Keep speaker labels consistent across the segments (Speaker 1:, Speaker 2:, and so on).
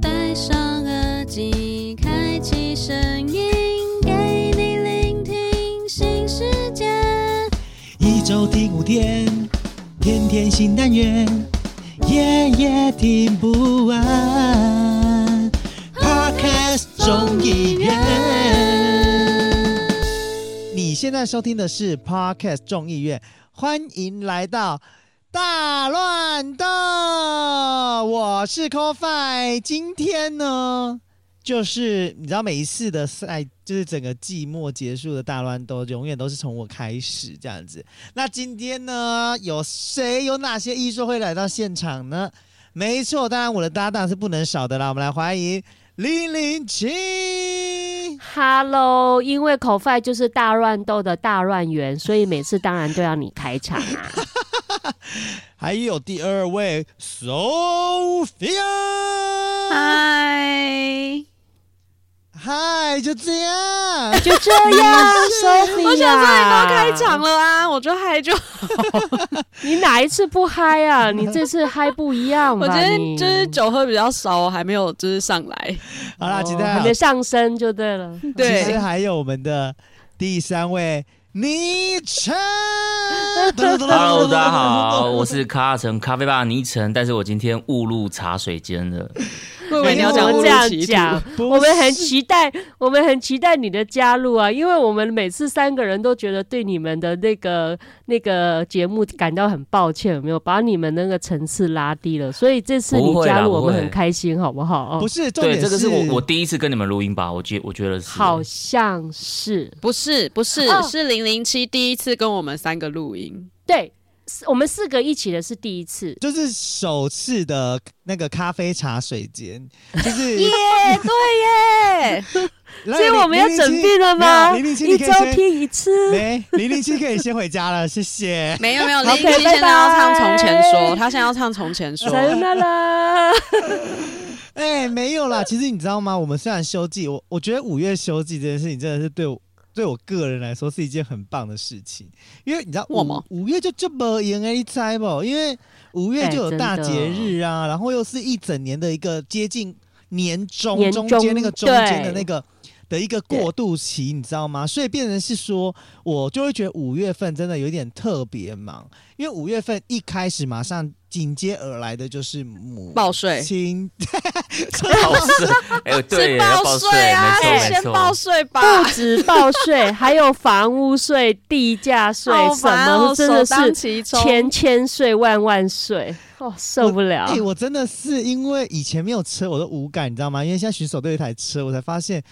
Speaker 1: 戴上耳机，开启声音，给你聆听新世界。
Speaker 2: 一周听五天，天天新单元，夜夜听不完。Podcast 众议院，你现在收听的是 Podcast 众议院，欢迎来到。大乱斗，我是 CoFi。今天呢，就是你知道每一次的赛，就是整个季末结束的大乱斗，永远都是从我开始这样子。那今天呢，有谁有哪些艺术会来到现场呢？没错，当然我的搭档是不能少的啦。我们来欢迎零零七。
Speaker 3: Hello，因为口饭就是大乱斗的大乱源，所以每次当然都要你开场 啊。
Speaker 2: 还有第二位 Sophia，
Speaker 3: 啊
Speaker 4: 嗨，
Speaker 2: 嗨，就这样。
Speaker 3: 哎就这样，Sophia，
Speaker 4: 我想说你都开场，了啊，我就嗨就，
Speaker 3: 你哪一次不嗨 啊？你这次嗨不一样吧
Speaker 4: 我？今
Speaker 3: 你
Speaker 4: 天就是酒喝比较少，我还没有就是上来。
Speaker 2: 好啦，
Speaker 3: 哦
Speaker 2: 期待啊
Speaker 3: 还没上升就对了。
Speaker 2: 其实
Speaker 4: 对，
Speaker 2: 还有我们的第三位昵称。
Speaker 5: Hello，大家好，我是咖城咖啡吧倪晨，但是我今天误入茶水间 了。
Speaker 4: 我以
Speaker 3: 哎
Speaker 4: 为
Speaker 3: 你
Speaker 4: 你要
Speaker 3: 怎
Speaker 4: 讲
Speaker 3: 么
Speaker 4: 误
Speaker 3: 这样
Speaker 4: 入歧途
Speaker 3: 讲，
Speaker 2: 不
Speaker 3: 我们很
Speaker 2: 是
Speaker 3: 期待，我们很期待你的加入啊，因为我们每次三个人都觉得对你们的那个那个节目感到很抱歉，有没有把你们那个层次拉低了？所以这次你
Speaker 5: 不会啦
Speaker 3: 加入，我
Speaker 5: 不会
Speaker 3: 们很开心，好不好？
Speaker 2: 不
Speaker 3: 哦，
Speaker 2: 是重
Speaker 5: 对，
Speaker 2: 点，
Speaker 5: 这个是我我第一次跟你们录音吧，我觉我觉得是。
Speaker 3: 好像是
Speaker 4: 不是不是
Speaker 3: 哦
Speaker 4: 是零零七第一次跟我们三个录音，
Speaker 3: 对，是我们四个一起的是第一次。
Speaker 2: 就是首次的那个咖啡茶水间，就是
Speaker 4: 对耶，
Speaker 2: 来
Speaker 3: 所以我们要
Speaker 2: 007
Speaker 3: 整病了吗？
Speaker 2: 没有007
Speaker 3: 一
Speaker 2: 你可以
Speaker 3: 周
Speaker 2: 先
Speaker 3: 听一次。
Speaker 2: 没零零七可以先回家了，谢谢。
Speaker 4: 没有没有，零
Speaker 3: OK，
Speaker 4: 零七现在
Speaker 3: 拜拜
Speaker 4: 要唱《从前说》，他现在要唱《从 前说》，
Speaker 3: 那啦，
Speaker 2: 哎、没有啦。其实你知道吗？我们虽然休季，我我觉得五月休季这件事情真的是对我对我个人来说是一件很棒的事情，因为你知道
Speaker 4: 为什
Speaker 2: 五
Speaker 4: 么
Speaker 2: 五月就这么赢哎，你猜不？因为五月
Speaker 3: 哎
Speaker 2: 就有大
Speaker 3: 真的
Speaker 2: 节日啊，然后又是一整年的一个接近年中
Speaker 3: 年
Speaker 2: 中
Speaker 3: 中
Speaker 2: 间那个中间的
Speaker 3: 对
Speaker 2: 那个。的一个过渡期，你知道吗？所以变成是说，我就会觉得五月份真的有点特别忙，因为五月份一开始马上紧接而来的就是母
Speaker 4: 报税
Speaker 2: 亲
Speaker 5: 报税， 哎、对，
Speaker 4: 先
Speaker 5: 要
Speaker 4: 报
Speaker 5: 报
Speaker 4: 税啊，
Speaker 5: 没错没
Speaker 4: 先报
Speaker 5: 错。
Speaker 4: 税吧。
Speaker 3: 不止报税， 还有房屋税、地价税，
Speaker 4: 好
Speaker 3: 什
Speaker 4: 烦
Speaker 3: 么
Speaker 4: 哦，
Speaker 3: 真
Speaker 4: 首
Speaker 3: 的
Speaker 4: 当
Speaker 3: 是
Speaker 4: 其冲。
Speaker 3: 千千税、万万税，哦，受不
Speaker 5: 啊
Speaker 3: 了
Speaker 2: 哎、。我真的是因为以前没有车，我都无感，你知道吗？因为现在选手都有一台车，我才发现，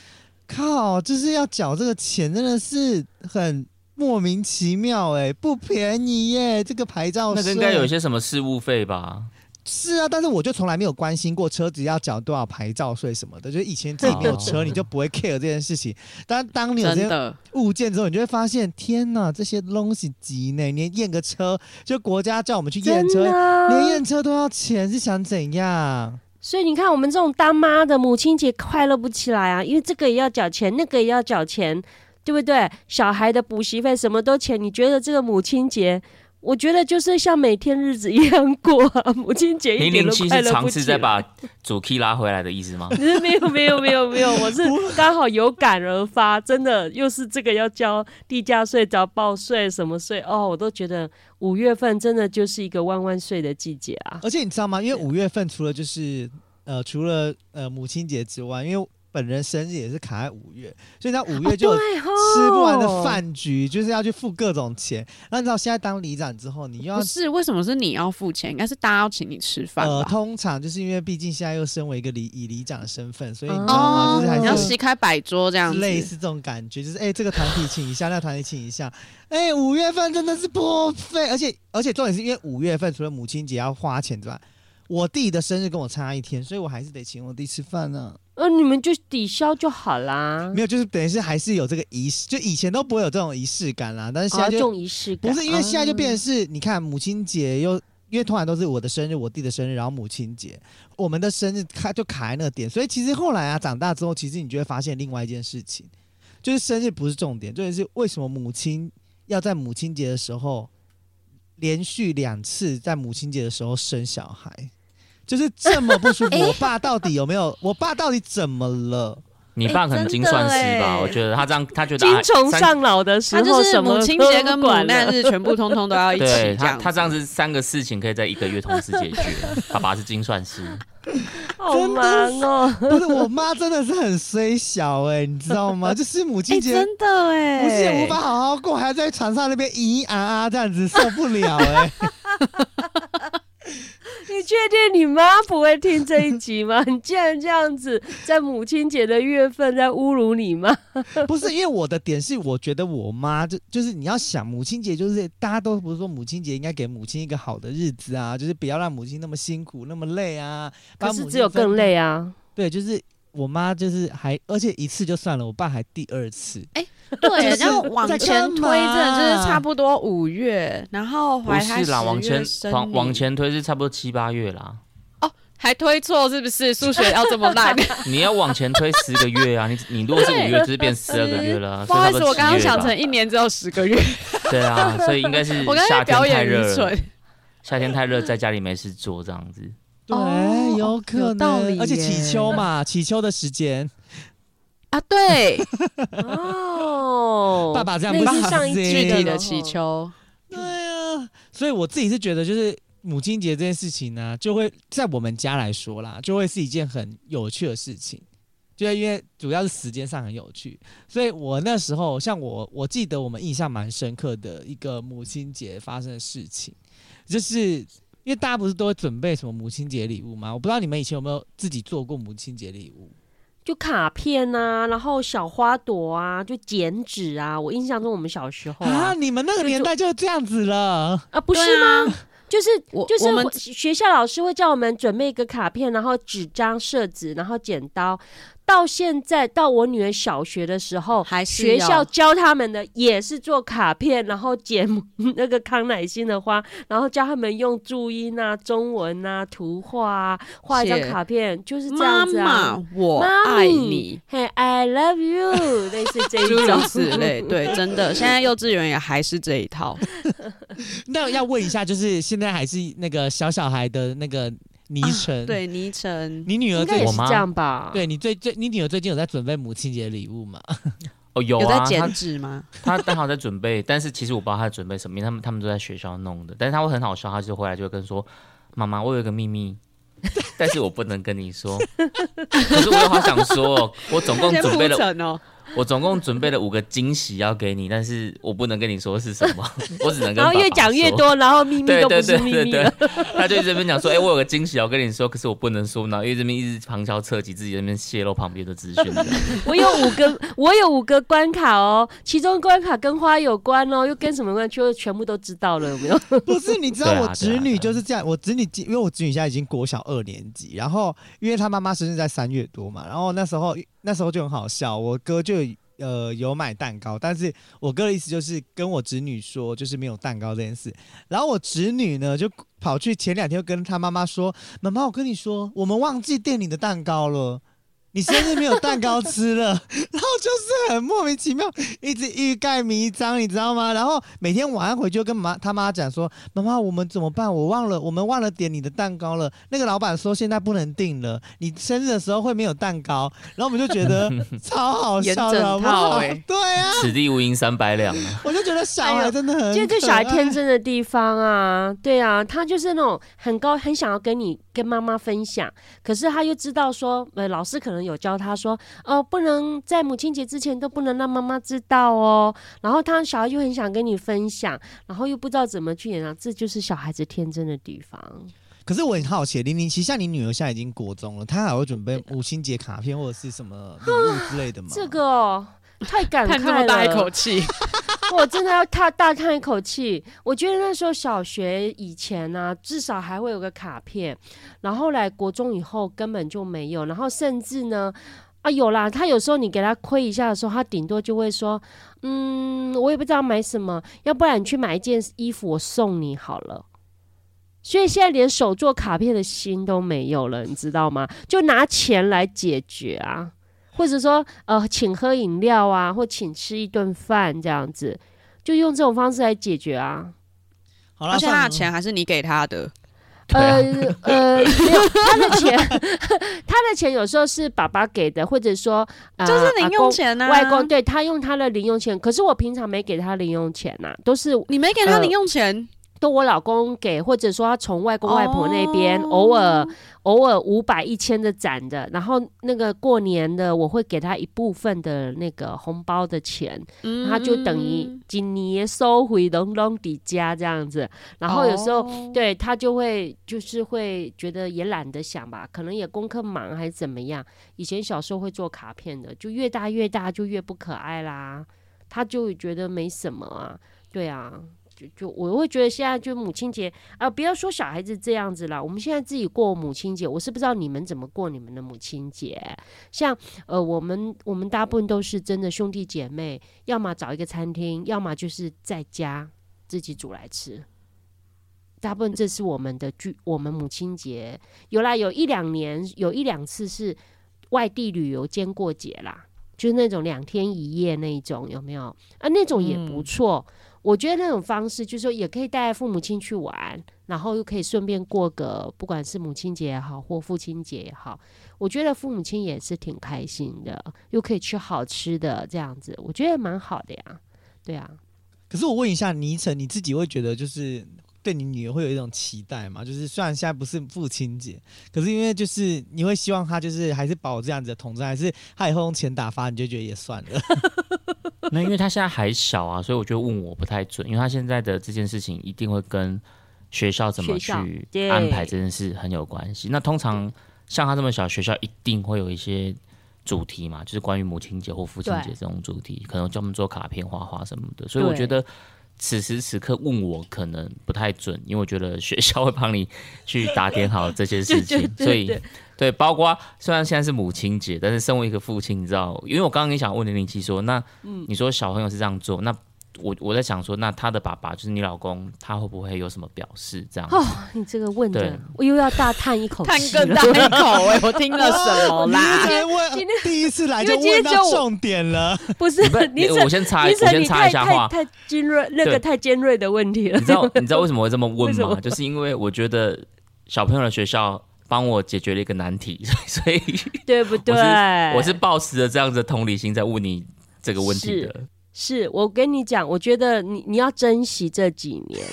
Speaker 2: 靠，就是要缴这个钱，真的是很莫名其妙、哎，不便宜耶、这个牌照
Speaker 5: 那个
Speaker 2: 税
Speaker 5: 应该有一些什么事务费吧？
Speaker 2: 是啊，但是我就从来没有关心过车子要缴多少牌照税什么的，就是以前自己没有车，
Speaker 5: 哦
Speaker 2: 你就不会 care 这件事情。但当你有这
Speaker 4: 真
Speaker 2: 些
Speaker 4: 的，
Speaker 2: 物件之后，你就会发现，天哪，这些东西急呢，连验个车，就国家叫我们去验
Speaker 3: 真
Speaker 2: 车，
Speaker 3: 的
Speaker 2: 连
Speaker 3: 啊，
Speaker 2: 验车都要钱，是想怎样？
Speaker 3: 所以你看，我们这种当妈的，母亲节快乐不起来啊，因为这个也要缴钱，那个也要缴钱，对不对？小孩的补习费什么都钱，你觉得这个母亲节？我觉得就是像每天日子一样过、啊，母亲
Speaker 4: 哎
Speaker 3: 节一
Speaker 5: 零
Speaker 3: 点
Speaker 5: 零
Speaker 3: 都
Speaker 5: 七
Speaker 3: 快
Speaker 5: 是
Speaker 3: 乐不
Speaker 5: 尝
Speaker 3: 起
Speaker 5: 试
Speaker 3: 来。
Speaker 5: 在把主 key 拉回来的意思吗？
Speaker 3: 没有没有没 有没有，我是刚好有感而发，真的又是这个要交地价税、找报税什么税哦，我都觉得五月份真的就是一个万万税的季节 啊。
Speaker 2: 而且你知道吗？因为五月份除了就是呃，除了呃母亲节之外，因为本人生日也是卡在五月，所以那五月就有
Speaker 3: 对哦
Speaker 2: 吃不完的，饭局，就是要去付各种钱。那你知道现在当里长之后，你又要
Speaker 4: 不是为什么是你要付钱？应该是大家要请你吃饭
Speaker 2: 呃，
Speaker 4: 吧？
Speaker 2: 通常就是因为毕竟现在又身为一个里以里长的身份，所以你知道吗？
Speaker 3: 哦
Speaker 2: 就是还是
Speaker 4: 你
Speaker 2: 有
Speaker 4: 要席开百桌这样
Speaker 2: 类
Speaker 4: 子。
Speaker 2: 似这种感觉，就是哎、这个团体请一下，那个团体请一下。哎、五月份真的是破费，而且而且重点是因为五月份除了母亲节要花钱之外，我弟的生日跟我差一天，所以我还是得请我弟吃饭呢、
Speaker 3: 呃，你们就抵消就好啦，
Speaker 2: 没有，就是等于是还是有这个仪式，就以前都不会有这种仪式感啦，但是现
Speaker 3: 啊，
Speaker 2: 在就、
Speaker 3: 重仪式感
Speaker 2: 不是因为现在就
Speaker 4: 嗯
Speaker 2: 变成是，你看母亲节又。因为通常都是我的生日、我弟的生日，然后母亲节，我们的生日卡就卡在那个点，所以其实后来啊，长大之后，其实你就会发现另外一件事情，就是生日不是重点，重点是为什么母亲要在母亲节的时候连续两次在母亲节的时候生小孩，就是这么不舒服。我爸到底有没有？我爸到底怎么了？
Speaker 5: 你爸可能精算
Speaker 4: 真
Speaker 5: 师
Speaker 4: 的
Speaker 5: 吧？
Speaker 4: 欸
Speaker 5: 我觉得他这样，他觉得
Speaker 3: 精
Speaker 5: 啊
Speaker 3: 虫
Speaker 5: 三
Speaker 3: 上脑的时
Speaker 4: 他
Speaker 3: 候，
Speaker 4: 就是
Speaker 3: 什么
Speaker 4: 母亲节跟母难日全部通通都要一起
Speaker 5: 对
Speaker 4: 这
Speaker 5: 他，
Speaker 4: 样。
Speaker 5: 他这样子三个事情可以在一个月同时 解决。爸爸是精算师，
Speaker 3: 好忙哦。
Speaker 2: 不是，我妈真的是很衰小哎、你知道吗？就是母亲
Speaker 4: 哎，
Speaker 2: 节。
Speaker 4: 真的哎，
Speaker 2: 不是无法好好过，还要在床上那边咿咿啊啊这样子，受不了哎、
Speaker 3: 你确定你妈不会听这一集吗？ 你竟然这样子在母亲节的月份在侮辱你妈，
Speaker 2: 不是，因为我的点是，我觉得我妈就就是你要想母亲节，就是大家都不是说母亲节应该给母亲一个好的日子啊，就是不要让母亲那么辛苦那么累啊。
Speaker 3: 可
Speaker 2: 帮
Speaker 3: 是
Speaker 2: 母
Speaker 3: 只
Speaker 2: 亲
Speaker 3: 有
Speaker 2: 分
Speaker 3: 更累 啊。
Speaker 2: 对，就是我妈就是还，而且一次就算了，我爸还第二次。
Speaker 4: 对，
Speaker 2: 就是
Speaker 4: 然后往前推
Speaker 2: 在干
Speaker 4: 着
Speaker 2: 嘛
Speaker 4: 就是差不多五月，然后
Speaker 5: 不
Speaker 4: 怀胎
Speaker 5: 是啦，往
Speaker 4: 十
Speaker 5: 前
Speaker 4: 月生
Speaker 5: 往
Speaker 4: 你
Speaker 5: 往前推是差不多七八月啦。
Speaker 4: 哦，还推错是不是？数学要这么 烂？
Speaker 5: 你要往前推十个月啊！你你如果是五
Speaker 4: 对
Speaker 5: 月，就是变十二个月了啊。
Speaker 4: 不好意
Speaker 5: 所
Speaker 4: 思，
Speaker 5: 以差
Speaker 4: 我
Speaker 5: 多
Speaker 4: 刚刚
Speaker 5: 七月吧
Speaker 4: 想成一年只有十个月，
Speaker 5: 对啊，所以应该是
Speaker 4: 我刚才
Speaker 5: 夏天
Speaker 4: 表
Speaker 5: 太
Speaker 4: 演
Speaker 5: 热
Speaker 4: 愚
Speaker 5: 了
Speaker 4: 蠢。。
Speaker 5: 夏天太热，在家里没事做这样子。
Speaker 2: 对，哎
Speaker 4: 哦
Speaker 2: 有可能，
Speaker 4: 有道理
Speaker 2: 而且起
Speaker 4: 耶
Speaker 2: 秋嘛，起秋的时间，
Speaker 4: 啊，对，
Speaker 3: 哦，
Speaker 2: 爸爸这样
Speaker 3: 那
Speaker 2: 不哦
Speaker 3: 是
Speaker 2: 行
Speaker 3: 上一季
Speaker 4: 具
Speaker 2: 对
Speaker 4: 体的祈。求，
Speaker 2: 对啊，所以我自己是觉得，就是母亲节这件事情呢、就会在我们家来说啦，就会是一件很有趣的事情。就是因为主要是时间上很有趣，所以我那时候像我，我记得我们印象蛮深刻的一个母亲节发生的事情，就是因为大家不是都会准备什么母亲节礼物吗？我不知道你们以前有没有自己做过母亲节礼物？
Speaker 3: 就卡片啊，然后小花朵啊，就剪纸啊。我印象中我们小时候
Speaker 2: 啊，
Speaker 3: 啊，
Speaker 2: 你们那个年代就是这样子了。
Speaker 3: 啊不是吗？就是
Speaker 4: 我
Speaker 3: 就是
Speaker 4: 我们
Speaker 3: 会学校老师会叫我们准备一个卡片，然后纸张、色纸，然后剪刀。到现在到我女儿小学的时候，
Speaker 4: 还是
Speaker 3: 学校
Speaker 4: 有
Speaker 3: 教他们的也是做卡片，然后剪 那个康乃馨的花，然后教他们用注音啊、中文啊、图画啊画一张
Speaker 4: 是
Speaker 3: 卡片，就是这
Speaker 4: 妈
Speaker 3: 样子啊。
Speaker 4: 妈，我
Speaker 3: 妈
Speaker 4: 爱
Speaker 3: 咪
Speaker 4: 你，
Speaker 3: 嘿，I love you，类似这 一
Speaker 4: 诸
Speaker 3: 种
Speaker 4: 如此类，对，真的，现在幼稚园也还是这一套。
Speaker 2: 那要问一下，就是现在还是那个小小孩的那个昵称、，
Speaker 4: 对，昵称，
Speaker 2: 你女儿
Speaker 3: 啊应该也
Speaker 2: 最
Speaker 5: 我
Speaker 3: 是
Speaker 5: 妈
Speaker 3: 这样吧？
Speaker 2: 对你最最你女儿最近有在准备母亲节礼物吗？
Speaker 5: 哦，有
Speaker 4: 有在
Speaker 5: 啊，
Speaker 4: 减脂吗？
Speaker 5: 他他刚好在准备，但是其实我不知道他在准备什么，因为他们他们都在学校弄的。但是他会很好笑，他就回来就会跟说：“妈妈，我有一个 秘密，但是我不能跟你说。可是我又好想说哦，我总共
Speaker 4: 先
Speaker 5: 准
Speaker 4: 铺
Speaker 5: 备了
Speaker 4: 陈哦，
Speaker 5: 我总共准备了五个惊喜要给你，但是我不能跟你说是什么， 我只能跟
Speaker 3: 然后
Speaker 5: 爸爸
Speaker 3: 越讲越
Speaker 5: 说。
Speaker 3: 多，然后 秘密
Speaker 5: 对
Speaker 3: 都
Speaker 5: 对
Speaker 3: 不
Speaker 5: 对
Speaker 3: 是秘
Speaker 5: 对
Speaker 3: 密
Speaker 5: 对
Speaker 3: 了。，
Speaker 5: 他就一直在那边讲说，哎、我有个惊喜要跟你说，可是我不能说，然后因为这边一直旁敲侧击，自己在那边泄露旁边的资讯。这样
Speaker 3: 我有五个，我有五个关卡哦，其中关卡跟花有关哦，又跟什么关？就全部都知道了，有没 有？
Speaker 2: 不是，你知
Speaker 5: 对
Speaker 2: 道
Speaker 5: 啊
Speaker 2: 我
Speaker 5: 对啊
Speaker 2: 侄
Speaker 5: 对
Speaker 2: 女
Speaker 5: 啊
Speaker 2: 就是这样，我侄女今因为我侄女现在已经国小二年级，然后因为她妈妈生日在三月多嘛，然后那时候那时候就很好笑，我哥就有呃有买蛋糕，但是我哥的意思就是跟我侄女说就是没有蛋糕这件事，然后我侄女呢就跑去前两天又跟她妈妈说，妈妈我跟你说我们忘记店里的蛋糕了。你生日没有蛋糕吃 了，然后就是很莫名其妙，一直欲盖弥彰，你知道吗？然后每天晚上回去就跟妈他妈讲说，妈妈，我们怎么办？我忘了，我们忘了点你的蛋糕了。那个老板说现在不能订了，你生日的时候会没有蛋糕。然后我们就觉 得超好笑
Speaker 4: 严整
Speaker 2: 的，好不好
Speaker 4: 套欸
Speaker 2: 对啊，
Speaker 5: 此地无银三百两 啊！
Speaker 2: 我就觉得小孩真的很可爱，
Speaker 3: 这就是小孩哎天真的地方啊，对啊，他就是那种很高，很想要跟你跟妈妈分享，可是他又知道说，呃，老师可能有教他说，哦，不能在母亲节之前都不能让妈妈知道哦。然后他小孩又很想跟你分享，然后又不知道怎么去演啊，这就是小孩子天真的地方。
Speaker 2: 可是我很好奇，零零七，像你女儿现在已经国中了，她还会准备母亲节卡片或者是什么礼物之类的吗？
Speaker 3: 这个哦，太感
Speaker 4: 叹
Speaker 3: 慨
Speaker 4: 这么大一
Speaker 3: 了
Speaker 4: 口气，
Speaker 3: 我真的要大大叹一口气。我觉得那时候小学以前呢、至少还会有个卡片，然后后来国中以后根本就没有，然后甚至呢。啊，有啦，他有时候你给他亏一下的时候，他顶多就会说，嗯，我也不知道买什么，要不然你去买一件衣服，我送你好了。所以现在连手做卡片的心都没有了，你知道吗？就拿钱来解决啊，或者说呃，请喝饮料啊，或请吃一顿饭这样子，就用这种方式来解决啊。
Speaker 2: 好 啦
Speaker 4: 而且他的
Speaker 2: 算
Speaker 4: 钱还是你给他的，
Speaker 5: 对啊
Speaker 3: 呃呃，没有他的钱， 他的钱有时候是爸爸给的，或者说、呃、
Speaker 4: 就是零用、钱
Speaker 3: 啊
Speaker 4: 呐、
Speaker 3: 外公对他用他的零用钱，可是我平常没给他零用钱呐、都是
Speaker 4: 你没给他零用钱，
Speaker 3: 都我老公给，或者说他从外公外婆那边、
Speaker 4: 哦
Speaker 3: 偶尔偶尔五百一千的攒的，然后那个过年的我会给他一部分的那个红包的钱，
Speaker 4: 嗯
Speaker 3: 呃他就等于今年收回隆隆底家这样子，然后有时候。
Speaker 4: 哦
Speaker 3: 对他就会就是会觉得也懒得想吧，可能也功课忙还是怎么样。以前小时候会做卡片的，就越大越大就越不可爱啦，他就觉得没什么啊，对啊。就就我会觉得现在就母亲节啊、不要说小孩子这样子啦，我们现在自己过母亲节，我是不知道你们怎么过你们的母亲节。像呃，我们我们大部分都是真的兄弟姐妹，要么找一个餐厅，要么就是在家自己煮来吃。大部分这是我们的聚，我们母亲节有啦，有一两年有一两次是外地旅游兼过节啦，就是那种两天一夜那一种，有没有啊？那种也不错，我觉得那种方式就是说也可以带父母亲去玩，然后又可以顺便过个不管是母亲节也好或父亲节也好，我觉得父母亲也是挺开心的，又可以吃好吃的这样子，我觉得蛮好的呀。对啊，
Speaker 2: 可是我问一下倪晨，你自己会觉得就是对你女儿会有一种期待吗？就是虽然现在不是父亲节，可是因为就是你会希望她就是还是保这样子的童真，还是她以后用钱打发，你就觉得也算 了。
Speaker 5: 那因为他现在还小啊，所以我觉得问我不太准，因为他现在的这件事情一定会跟学校怎么
Speaker 3: 学校
Speaker 5: 去
Speaker 3: 对
Speaker 5: 安排这件事很有关系。那通常像他这么小，学校一定会有一些主题嘛，就是关于母亲节或父亲节
Speaker 3: 对
Speaker 5: 这种主题，可能专门做卡片、画画什么的。所以
Speaker 3: 对
Speaker 5: 我觉得此时此刻问我可能不太准，因为我觉得学校会帮你去打点好这些事
Speaker 3: 对
Speaker 5: 情
Speaker 3: 对，对
Speaker 5: 所以
Speaker 3: 对
Speaker 5: 对，包括虽然现在是母亲节，但是身为一个父亲，你知道，因为我刚刚也想问零零七说，那
Speaker 3: 嗯
Speaker 5: 你说小朋友是这样做，那我我在想说，那他的爸爸就是你老公，他会不会有什么表示这样子？
Speaker 3: 哦，你这个问的
Speaker 5: 对，
Speaker 3: 我又要大叹一 口
Speaker 4: 叹
Speaker 3: 气
Speaker 4: 更
Speaker 3: 了。
Speaker 4: 大一口哎、我听了什 么
Speaker 2: 你
Speaker 4: 啦？
Speaker 2: 才问
Speaker 3: 今天
Speaker 2: 第一次来就
Speaker 3: 因为今
Speaker 2: 问
Speaker 3: 天就
Speaker 2: 到
Speaker 3: 我
Speaker 2: 重点了，
Speaker 3: 不是
Speaker 5: 不
Speaker 3: 你
Speaker 5: 我先插，
Speaker 3: 你
Speaker 5: 我
Speaker 3: 这
Speaker 5: 先
Speaker 3: 你
Speaker 5: 插
Speaker 3: 太
Speaker 5: 一下话
Speaker 3: 太。太尖锐，那个
Speaker 5: 对
Speaker 3: 太尖锐的问题了
Speaker 5: 你。知道你知道为什么会这么问
Speaker 3: 为什
Speaker 5: 吗
Speaker 3: 么？
Speaker 5: 就是因为我觉得小朋友的学校帮我解决了一个难题，所以所以
Speaker 3: 对不对？
Speaker 5: 我是抱持着这样子的同理心在问你这个问题的。
Speaker 3: 是我跟你讲，我觉得你你要珍惜这几年，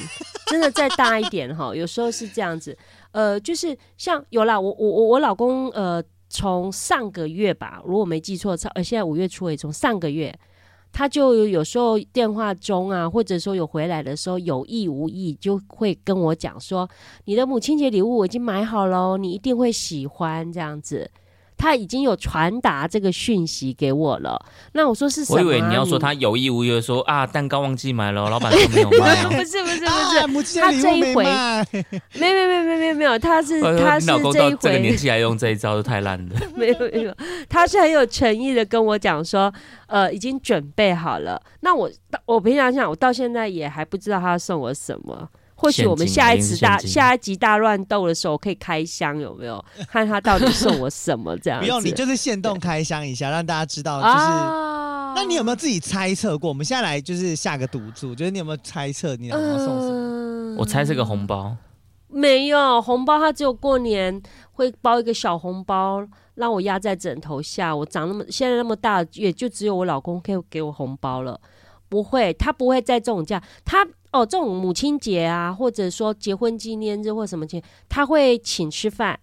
Speaker 3: 真的再大一点哈，有时候是这样子。呃，就是像有啦，我我我我老公呃，从上个月吧，如果没记错，差呃现在五月初也从上个月。他就有时候电话中啊，或者说有回来的时候，有意无意就会跟我讲说，你的母亲节礼物我已经买好喽，你一定会喜欢这样子。他已经有传达这个讯息给我了。那我说是什么啊、
Speaker 5: 我以为你要说他有意无意的说啊，蛋糕忘记买了， 老板说没有买 哦。
Speaker 3: 不是不是不
Speaker 2: 啊
Speaker 3: 是，
Speaker 2: 母亲节
Speaker 3: 他
Speaker 2: 礼
Speaker 3: 这
Speaker 2: 物
Speaker 3: 一
Speaker 2: 没
Speaker 3: 回
Speaker 2: 卖，
Speaker 3: 没有没有没有没有没有没有，他是
Speaker 5: 我说
Speaker 3: 他
Speaker 5: 你
Speaker 3: 是
Speaker 5: 老公
Speaker 3: 这
Speaker 5: 到
Speaker 3: 一
Speaker 5: 这个年
Speaker 3: 回
Speaker 5: 纪还用这一招，就太烂了。
Speaker 3: 没有没有，他是很有诚意的跟我讲说，呃，已经准备好了。那我我平常想，我到现在也还不知道他要送我什么。或许我们
Speaker 5: 现金
Speaker 3: 下一
Speaker 5: 一定是
Speaker 3: 次大
Speaker 5: 现金
Speaker 3: 下一集大乱斗的时候，我可以开箱有没有，看他到底送我什么这样
Speaker 2: 不
Speaker 3: 子。
Speaker 2: 用你就是现动开箱一下，让大家知道就是。
Speaker 3: 啊
Speaker 2: 那你有没有自己猜测过？我们现在来就是下个赌注，就是你有没有猜测你老公要送什
Speaker 4: 呃
Speaker 2: 么？
Speaker 3: 嗯
Speaker 5: 我猜是个红包，
Speaker 3: 没有红包，他只有过年会包一个小红包，让我压在枕头下。我长那么现在那么大，也就只有我老公可以给我红包了。不会，他不会在这种价，他哦，这种母亲节啊，或者说结婚纪念日或什么节，他会请吃饭，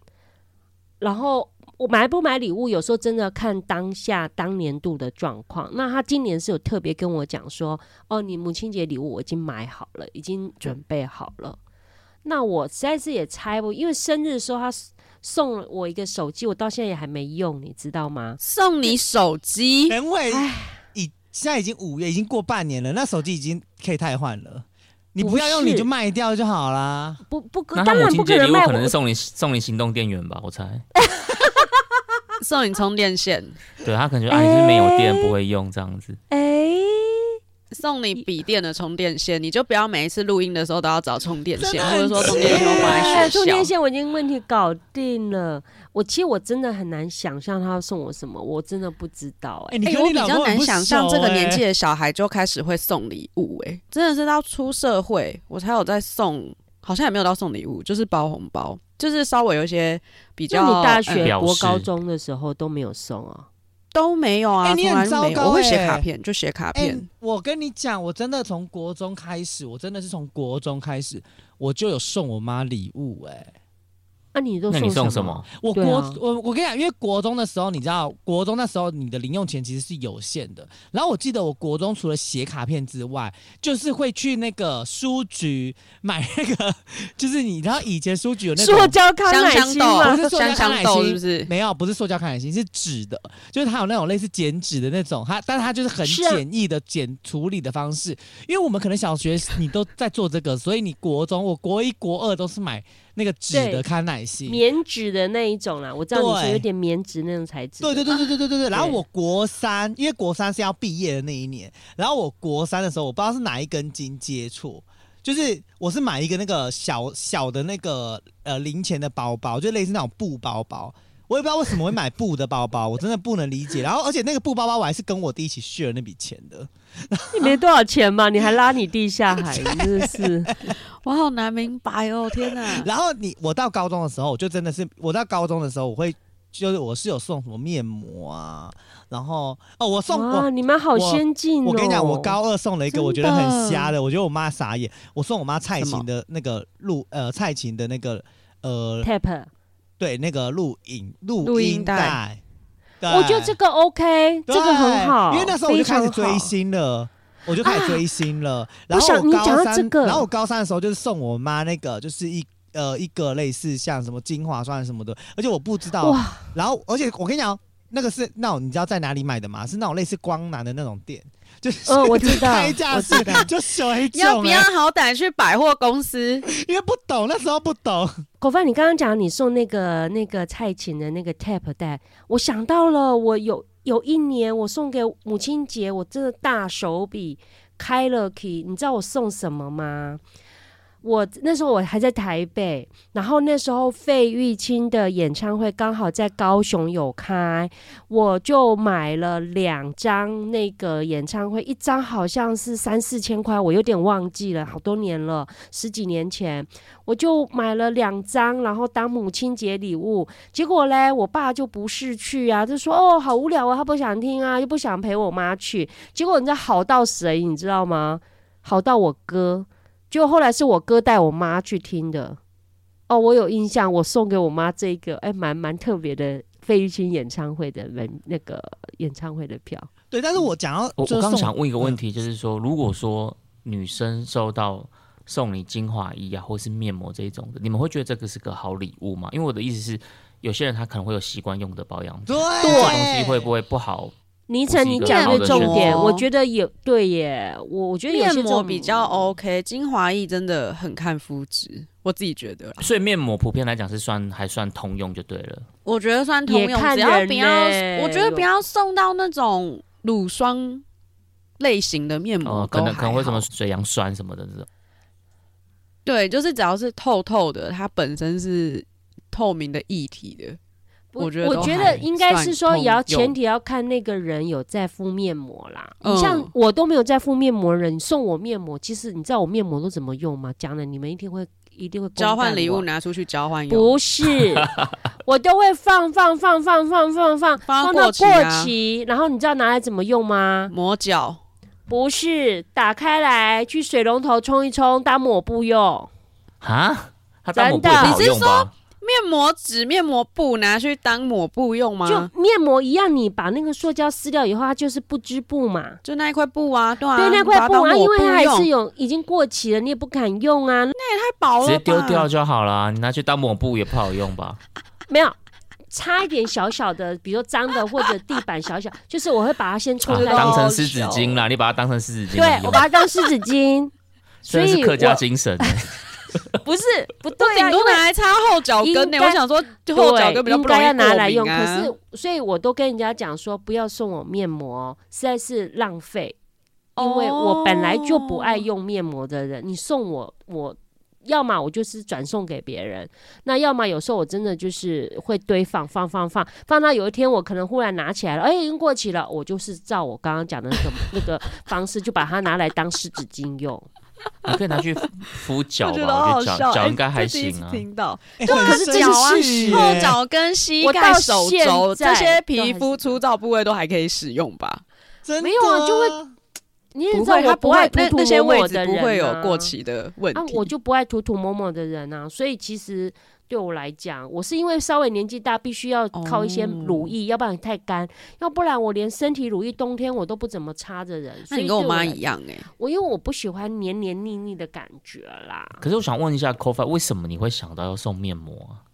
Speaker 3: 然后。我买不买礼物，有时候真的看当下当年度的状况。那他今年是有特别跟我讲说，哦，你母亲节礼物我已经买好了，已经准备好了。那我实在是也猜不，因为生日的时候他送了我一个手机，我到现在也还没用，你知道吗？
Speaker 4: 送你手机，
Speaker 2: 人伟，已现在已经五月，已经过半年了，那手机已经可以汰换了。你不要用
Speaker 3: 不是
Speaker 2: 你就卖掉就好啦。
Speaker 3: 不不可，
Speaker 5: 那他
Speaker 3: 当
Speaker 5: 母
Speaker 3: 然不
Speaker 5: 亲
Speaker 3: 可
Speaker 5: 节
Speaker 3: 能
Speaker 5: 礼物
Speaker 3: 卖
Speaker 5: 可能
Speaker 3: 我
Speaker 5: 是。送你送你行动电源吧，我猜。
Speaker 4: 送你充电线，
Speaker 5: 对他可能就啊，你是没有电不会用这样子。
Speaker 3: 哎、
Speaker 4: 送你笔电的充电线，你就不要每一次录音的时候都要找充电线，
Speaker 2: 真的
Speaker 4: 或者说
Speaker 2: 很
Speaker 4: 充电线放在
Speaker 3: 哎
Speaker 4: 学
Speaker 3: 充电
Speaker 4: 校。
Speaker 3: 线我已经问题搞定了。我其实我真的很难想象他要送我什么，我真的不知道哎、
Speaker 2: 哎、你
Speaker 4: 哎、
Speaker 2: 跟
Speaker 4: 我
Speaker 2: 你
Speaker 4: 比
Speaker 2: 老
Speaker 4: 较
Speaker 2: 公很
Speaker 4: 难
Speaker 2: 不
Speaker 4: 想象这个
Speaker 2: 熟
Speaker 4: 年纪
Speaker 2: 哎
Speaker 4: 的小孩就开始会送礼物、哎，真的是到出社会我才有在送好像也没有到送礼物，就是包红包，就是稍微有一些比较
Speaker 3: 那你大
Speaker 4: 嗯
Speaker 3: 学、
Speaker 5: 表
Speaker 3: 国
Speaker 5: 示
Speaker 3: 高中的时候都没有送啊？
Speaker 4: 都没有啊，
Speaker 2: 哎
Speaker 4: 从
Speaker 2: 你很
Speaker 4: 来就没
Speaker 2: 糟
Speaker 4: 有。
Speaker 2: 糕
Speaker 4: 我会写
Speaker 2: 哎
Speaker 4: 卡片，就写卡
Speaker 2: 哎、
Speaker 4: 片。
Speaker 2: 我跟你讲，我真的从国中开始，我真的是从国中开始，我就有送我妈礼物、哎，
Speaker 3: 那、啊你都
Speaker 5: 那你送
Speaker 3: 送
Speaker 5: 什
Speaker 3: 么？
Speaker 5: 么？
Speaker 2: 我
Speaker 3: 对
Speaker 2: 国、
Speaker 3: 啊
Speaker 2: 我我跟你讲，因为国中的时候，你知道，国中那时候你的零用钱其实是有限的。然后我记得我国中除了写卡片之外，就是会去那个书局买那个，就是你知道以前书局有那种
Speaker 3: 塑胶啊康
Speaker 4: 香
Speaker 3: 乃
Speaker 4: 香
Speaker 3: 馨吗？
Speaker 2: 不
Speaker 4: 豆，
Speaker 2: 是
Speaker 4: 香香豆是不是？
Speaker 2: 没有，不是塑胶康乃馨，是纸的，就是它有那种类似剪纸的那种，它，但它就是很
Speaker 3: 是啊
Speaker 2: 简易的剪处理的方式。因为我们可能小学你都在做这个，所以你国中，我国一、国二都是买那个纸的
Speaker 3: 对
Speaker 2: 康乃馨。
Speaker 3: 棉质的那一种啦，我知道你是有点棉质那种材质。
Speaker 2: 对对对对对对对对。然后
Speaker 3: 对
Speaker 2: 我国三，因为国三是要毕业的那一年，然后我国三的时候，我不知道是哪一根筋接错，就是我是买一个那个小小的那个呃零钱的包包，就类似那种布包包。我也不知道为什么会买布的包包，我真的不能理解。然后，而且那个布包包我还是跟我弟一起 share 那笔钱的。
Speaker 3: 你没多少钱嘛，你还拉你弟下海，你真 的是。
Speaker 4: 我好难明白哦，天哪！
Speaker 2: 然后你，我到高中的时候，我就真的是，我到高中的时候，我会就是我是有送什么面膜啊，然后哦，我送我
Speaker 3: 哇，你们好
Speaker 2: 我
Speaker 3: 先进哦！
Speaker 2: 我跟你讲，我高二送了一个
Speaker 4: 真的
Speaker 2: 我觉得很瞎的，我觉得我妈傻眼。我送我妈蔡琴的那个录呃蔡琴的那个呃
Speaker 3: tap，
Speaker 2: 对那个录影录
Speaker 4: 录音
Speaker 2: 音
Speaker 4: 带
Speaker 2: 带，对
Speaker 3: 我觉得这个 OK，这
Speaker 2: 对
Speaker 3: 个很好，
Speaker 2: 因为那时候我就开始
Speaker 3: 非常
Speaker 2: 追
Speaker 3: 好。
Speaker 2: 星了。我就开始追星了，然后
Speaker 3: 啊我想
Speaker 2: 我
Speaker 3: 你
Speaker 2: 高
Speaker 3: 讲到
Speaker 2: 三，
Speaker 3: 这个
Speaker 2: 然后我高三的时候就是送我妈那个，就是一呃一个类似像什么精华霜什么的，而且我不知道，
Speaker 3: 哇，
Speaker 2: 然后而且我跟你讲，那个是那种你知道在哪里买的吗？是那种类似光南的那种店，就是、
Speaker 3: 嗯我知道
Speaker 2: 开价是就水肿、欸，
Speaker 4: 要不要好歹去百货公司？
Speaker 2: 因为不懂，那时候不懂。
Speaker 3: 口饭，你刚刚讲你送那个那个蔡琴的那个 tap 带，我想到了，我有有一年我送给母亲节，我真的大手笔开了 key，你知道我送什么吗？我那时候我还在台北，然后那时候费玉清的演唱会刚好在高雄有开，我就买了两张那个演唱会，一张好像是三四千块，我有点忘记了，好多年了，十几年前，我就买了两张，然后当母亲节礼物。结果嘞，我爸就不是去啊，就说哦好无聊啊，他不想听啊，又不想陪我妈去。结果你知道好到谁，你知道吗？好到我哥，就后来是我哥带我妈去听的。哦，我有印象，我送给我妈这个，哎，蛮蛮特别的费玉清演唱会的门那个演唱会的票。
Speaker 2: 对，但是我讲要
Speaker 5: 我
Speaker 2: 就是
Speaker 5: 我刚
Speaker 2: 送
Speaker 5: 想问一个问题，就是说，如果说女生收到送你精华液啊，或是面膜这一种的，你们会觉得这个是个好礼物吗？因为我的意思是，有些人他可能会有习惯用的保养品，
Speaker 2: 对
Speaker 5: 这个东西会不会不好？
Speaker 3: 倪晨，
Speaker 5: 不是哦
Speaker 3: 你
Speaker 5: 一个
Speaker 3: 讲
Speaker 5: 好
Speaker 3: 的
Speaker 5: 的
Speaker 3: 重
Speaker 5: 选
Speaker 3: 点，
Speaker 4: 择
Speaker 3: 我觉得有对耶，我我觉得有
Speaker 4: 面
Speaker 3: 些
Speaker 4: 膜
Speaker 3: 种
Speaker 4: 比较 OK，精华液真的很看肤质，我自己觉得啦。
Speaker 5: 所以面膜普遍来讲是算还算通用就对了。
Speaker 4: 我觉得算通
Speaker 3: 也
Speaker 4: 用，
Speaker 3: 看
Speaker 4: 只要
Speaker 3: 人
Speaker 4: 不要
Speaker 3: 嘞，
Speaker 4: 我觉得
Speaker 3: 有
Speaker 4: 不要送到那种乳霜类型的面膜
Speaker 5: 呃，
Speaker 4: 嗯都还好，
Speaker 5: 可能可能会什么水杨酸什么的这种。
Speaker 4: 对，就是只要是透透的，它本身是透明的液体的，
Speaker 3: 我
Speaker 4: 我觉得
Speaker 3: 我
Speaker 4: 都
Speaker 3: 觉得
Speaker 4: 还
Speaker 3: 应该是说，
Speaker 4: 算
Speaker 3: 也要
Speaker 4: 通用
Speaker 3: 前提要看那个人有在敷面膜啦。
Speaker 4: 嗯
Speaker 3: 你像我都没有在敷面膜的人，你送我面膜，其实你知道我面膜都怎么用吗？讲了，你们一定会一定会公
Speaker 4: 交换
Speaker 3: 干
Speaker 4: 礼
Speaker 3: 我
Speaker 4: 物。拿出去交换用。
Speaker 3: 不是，我都会放放放放放放放
Speaker 4: 放到
Speaker 3: 到
Speaker 4: 过期
Speaker 3: 过
Speaker 4: 啊
Speaker 3: 期，然后你知道拿来怎么用吗？
Speaker 4: 磨脚，
Speaker 3: 不是，打开来去水龙头冲一冲，当抹布用。
Speaker 5: 啊？它当抹布
Speaker 3: 真
Speaker 5: 也
Speaker 3: 的
Speaker 5: 不好用吧？
Speaker 4: 面膜纸、面膜布拿去当抹布用吗？
Speaker 3: 就
Speaker 4: 就
Speaker 3: 面膜一样，你把那个塑胶撕掉以后，它就是不织布嘛。
Speaker 4: 那一块布啊，对啊，
Speaker 3: 对那块
Speaker 4: 把它
Speaker 3: 布
Speaker 4: 当
Speaker 3: 啊，
Speaker 4: 抹
Speaker 3: 因为它还
Speaker 4: 用
Speaker 3: 是有已经过期了，你也不敢用啊。
Speaker 4: 太薄了
Speaker 5: 直
Speaker 4: 吧，
Speaker 5: 接丢掉就好啦，你拿去当抹布也不好 用吧？
Speaker 3: 没有，擦一点小小的，比如脏的或者地板小小，就是我会把它先
Speaker 5: 啊
Speaker 3: 冲干
Speaker 5: 当
Speaker 3: 净。
Speaker 5: 成湿纸巾啦，你把它当成湿纸巾来
Speaker 3: 对，我
Speaker 5: 用
Speaker 3: 把，它当湿纸巾，所
Speaker 5: 真的
Speaker 3: 以
Speaker 5: 是客家
Speaker 3: 我
Speaker 5: 精神欸。
Speaker 3: 不是 不对
Speaker 4: 顶
Speaker 3: 啊，因
Speaker 4: 多
Speaker 3: 为
Speaker 4: 拿来擦后脚跟呢、
Speaker 3: 应该
Speaker 4: 我想说
Speaker 3: 对
Speaker 4: 后脚跟比较
Speaker 3: 应
Speaker 4: 不容
Speaker 3: 该
Speaker 4: 易
Speaker 3: 要拿来用。
Speaker 4: 过敏
Speaker 3: 可
Speaker 4: 啊
Speaker 3: 是，所以我都跟人家讲说，不要送我面膜，实在是浪费，因为我本来就不
Speaker 4: 哦
Speaker 3: 爱用面膜的人，你送我我。要么我就是转送给别人，那要么有时候我真的就是会堆放放放放，放到有一天我可能忽然拿起来了，哎、已经过期了，我就是照我刚刚讲的那个那个方式，就把它拿来当湿纸巾用。
Speaker 5: 你可以拿去敷脚
Speaker 4: 我觉得
Speaker 5: 吧，
Speaker 4: 好
Speaker 5: 我
Speaker 4: 好
Speaker 5: 觉
Speaker 4: 笑，
Speaker 5: 得脚脚
Speaker 4: 哎
Speaker 5: 应该还
Speaker 4: 这第一次
Speaker 5: 行啊。
Speaker 4: 听到
Speaker 2: 哎
Speaker 3: 对啊
Speaker 2: 很
Speaker 3: 可是这是
Speaker 2: 深
Speaker 4: 啊
Speaker 2: 事实耶
Speaker 4: 后脚跟啊膝
Speaker 3: 我
Speaker 4: 盖、
Speaker 3: 到
Speaker 4: 手
Speaker 3: 现
Speaker 4: 肘这
Speaker 3: 在
Speaker 4: 些
Speaker 3: 都
Speaker 4: 皮
Speaker 3: 还
Speaker 4: 肤
Speaker 3: 是
Speaker 4: 粗糙部位都还可以使用吧？
Speaker 2: 真的
Speaker 3: 没有啊就会你也知
Speaker 4: 不
Speaker 3: 道
Speaker 4: 会，
Speaker 3: 我
Speaker 4: 它不会
Speaker 3: 爱涂
Speaker 4: 那
Speaker 3: 涂
Speaker 4: 那些
Speaker 3: 抹抹
Speaker 4: 位置
Speaker 3: 的
Speaker 4: 不会
Speaker 3: 人
Speaker 4: 有
Speaker 3: 啊
Speaker 4: 过期的问
Speaker 3: 啊，
Speaker 4: 题。
Speaker 3: 我就不爱涂涂抹抹的人啊，所以其实对我来讲，我是因为稍微年纪大，必须要靠一些乳
Speaker 2: 哦
Speaker 3: 液，要不然太干，要不然我连身体乳液冬天我都不怎么擦的人。
Speaker 4: 那
Speaker 3: 所以
Speaker 4: 你跟我
Speaker 3: 对我
Speaker 4: 妈
Speaker 3: 来
Speaker 4: 一，样哎、
Speaker 3: 我因为我不喜欢黏黏腻腻的感觉啦。
Speaker 5: 可是我想问一下 c o f i 为什么你会想到要送面膜啊？